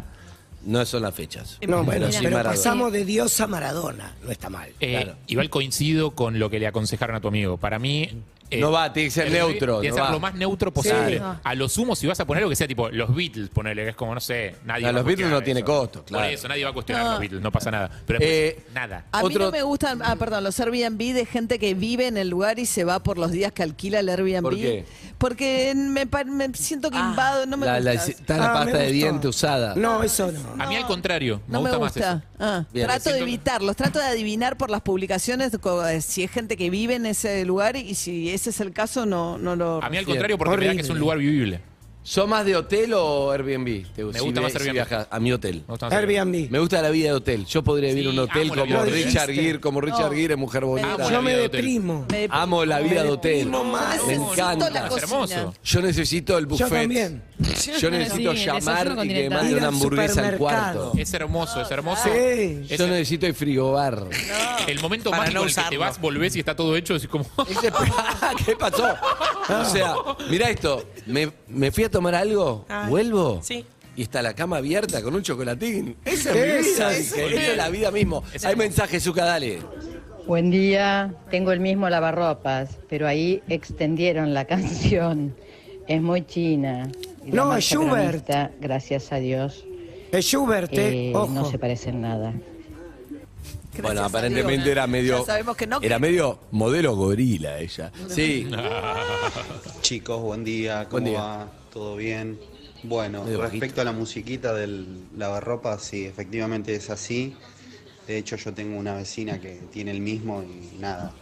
S5: no son las fechas.
S20: No, bueno,
S5: Pero sí
S20: pero
S5: Maradona.
S20: pasamos de Dios a Maradona. No está mal.
S9: Eh, Igual coincido con lo que le aconsejaron a tu amigo. Para mí. eh,
S5: No va, tiene que ser
S9: el-
S5: neutro,
S9: Tiene que
S5: no
S9: ser
S5: va.
S9: lo más neutro posible.
S5: Sí.
S9: A lo sumo, si vas a poner algo que sea tipo los Beatles, ponele, que es como, no sé, nadie.
S5: No,
S9: va
S5: los
S9: a
S5: Beatles
S9: cuestionar
S5: no tiene
S9: eso.
S5: costo, claro.
S9: Por eso, nadie va a cuestionar
S7: No.
S9: los Beatles, no pasa nada. Pero después,
S5: Eh,
S9: nada.
S7: A mí
S5: Otro- Mm.
S7: no me gustan, ah, perdón, los Airbnb de gente que vive en el lugar y se va por los días que alquila el Airbnb.
S5: ¿Por qué? Ah.
S7: Porque me, pa- me siento que invado, no me
S5: La- la-
S7: gusta.
S5: está la
S20: Ah, me
S5: pasta de
S20: gustó.
S5: diente usada.
S20: No, eso no.
S9: A mí, al contrario, me
S7: No
S9: gusta, más eso.
S7: Ah,
S5: Bien.
S7: trato de
S9: Siento-
S7: evitarlos, trato de adivinar por las publicaciones co- eh, si es gente que vive en ese lugar y si ese es el caso no, no lo...
S9: A mí,
S5: Bien,
S9: al contrario, porque me da que es un
S5: horrible.
S9: lugar vivible.
S5: ¿Son más de hotel o Airbnb? Te,
S9: Me gusta más Airbnb.
S5: viajas a mi hotel.
S9: Me gusta más eso.
S20: Airbnb.
S5: Me gusta la vida de hotel. Yo podría vivir
S9: Sí,
S5: en un hotel
S9: amo la
S5: como
S9: vida de hotel.
S5: Richard
S20: Dijiste.
S5: Gere, como Richard Gere, mujer bonita.
S9: Amo la
S20: Yo me
S9: vida de hotel.
S20: deprimo.
S7: Me-
S5: Amo la vida de hotel.
S20: deprimo más.
S5: Me
S7: Necesito la
S5: encanta.
S7: cocina.
S9: hermoso.
S5: Yo necesito el buffet.
S20: Yo también.
S5: Yo necesito llamar
S8: Sí, el desayuno
S5: y que me
S8: continental.
S5: manden
S20: Ir
S5: una
S20: al
S5: hamburguesa al cuarto.
S20: supermercado.
S9: Es hermoso, es hermoso.
S20: Sí.
S9: Es
S5: Yo necesito el frigobar.
S9: el momento
S21: Para
S9: más
S21: no
S9: en el que te
S21: usarlo.
S9: vas, volvés y está todo hecho, es como.
S5: Ese- ¿Qué pasó? O sea, mirá esto. Me, me fui a tomar algo,
S21: Ah,
S5: vuelvo.
S21: sí.
S5: Y está la cama abierta con un chocolatín. Esa
S20: Esa
S5: es mi vida.
S20: es-
S5: dije, esa es la vida mismo. Hay mensajes, Zuka, dale.
S13: Buen día, tengo el mismo lavarropas, pero ahí extendieron la canción. Es muy china. Y la
S20: No,
S13: marcha
S20: es Schubert.
S13: peronista, Gracias a Dios,
S20: Es Schubert, eh,
S13: eh,
S20: ojo.
S13: no se parece en nada.
S7: Gracias
S5: bueno,
S7: a
S5: aparentemente
S7: Dios.
S5: era medio.
S7: Ya sabemos que no.
S5: Era medio modelo gorila ella. Sí.
S22: Chicos, buen día,
S5: Buen
S22: ¿cómo
S5: día.
S22: va? ¿Todo bien? Bueno,
S5: Medio bajito.
S22: respecto a la musiquita del lavarropa, sí, efectivamente es así. De hecho, yo tengo una vecina que tiene el mismo y nada.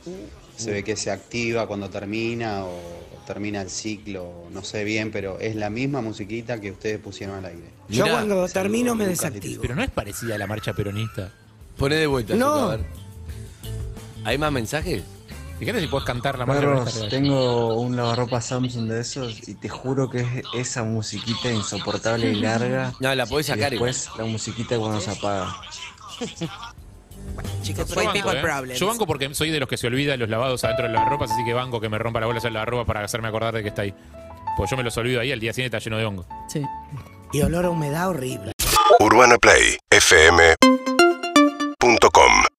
S22: Se ve que se activa cuando termina o termina el ciclo, no sé bien, pero es la misma musiquita que ustedes pusieron al aire.
S20: Yo
S5: Mirá.
S20: cuando termino me
S22: Lucas,
S20: desactivo.
S9: Pero no es parecida a la marcha peronista.
S5: Poné de vuelta.
S20: No.
S5: Zuka, a ver. ¿Hay más mensajes?
S9: Fíjate si puedes cantar la marcha
S23: Perros,
S9: peronista.
S23: tengo un lavarropa Samsung de esos y te juro que es esa musiquita insoportable y larga.
S5: No, la podés
S23: Y
S5: sacar igual.
S23: después la musiquita cuando se apaga.
S21: Chicos,
S9: Yo
S21: white
S9: banco,
S21: people
S9: ¿eh?
S21: problems.
S9: Yo banco porque soy de los que se olvida los lavados adentro de las ropas, así que banco que me rompa la bola hacer la ropa para hacerme acordar de que está ahí. Pues yo me los olvido ahí, al día siguiente está lleno de hongo.
S20: Y olor a humedad horrible.
S1: Urbana Play fm.com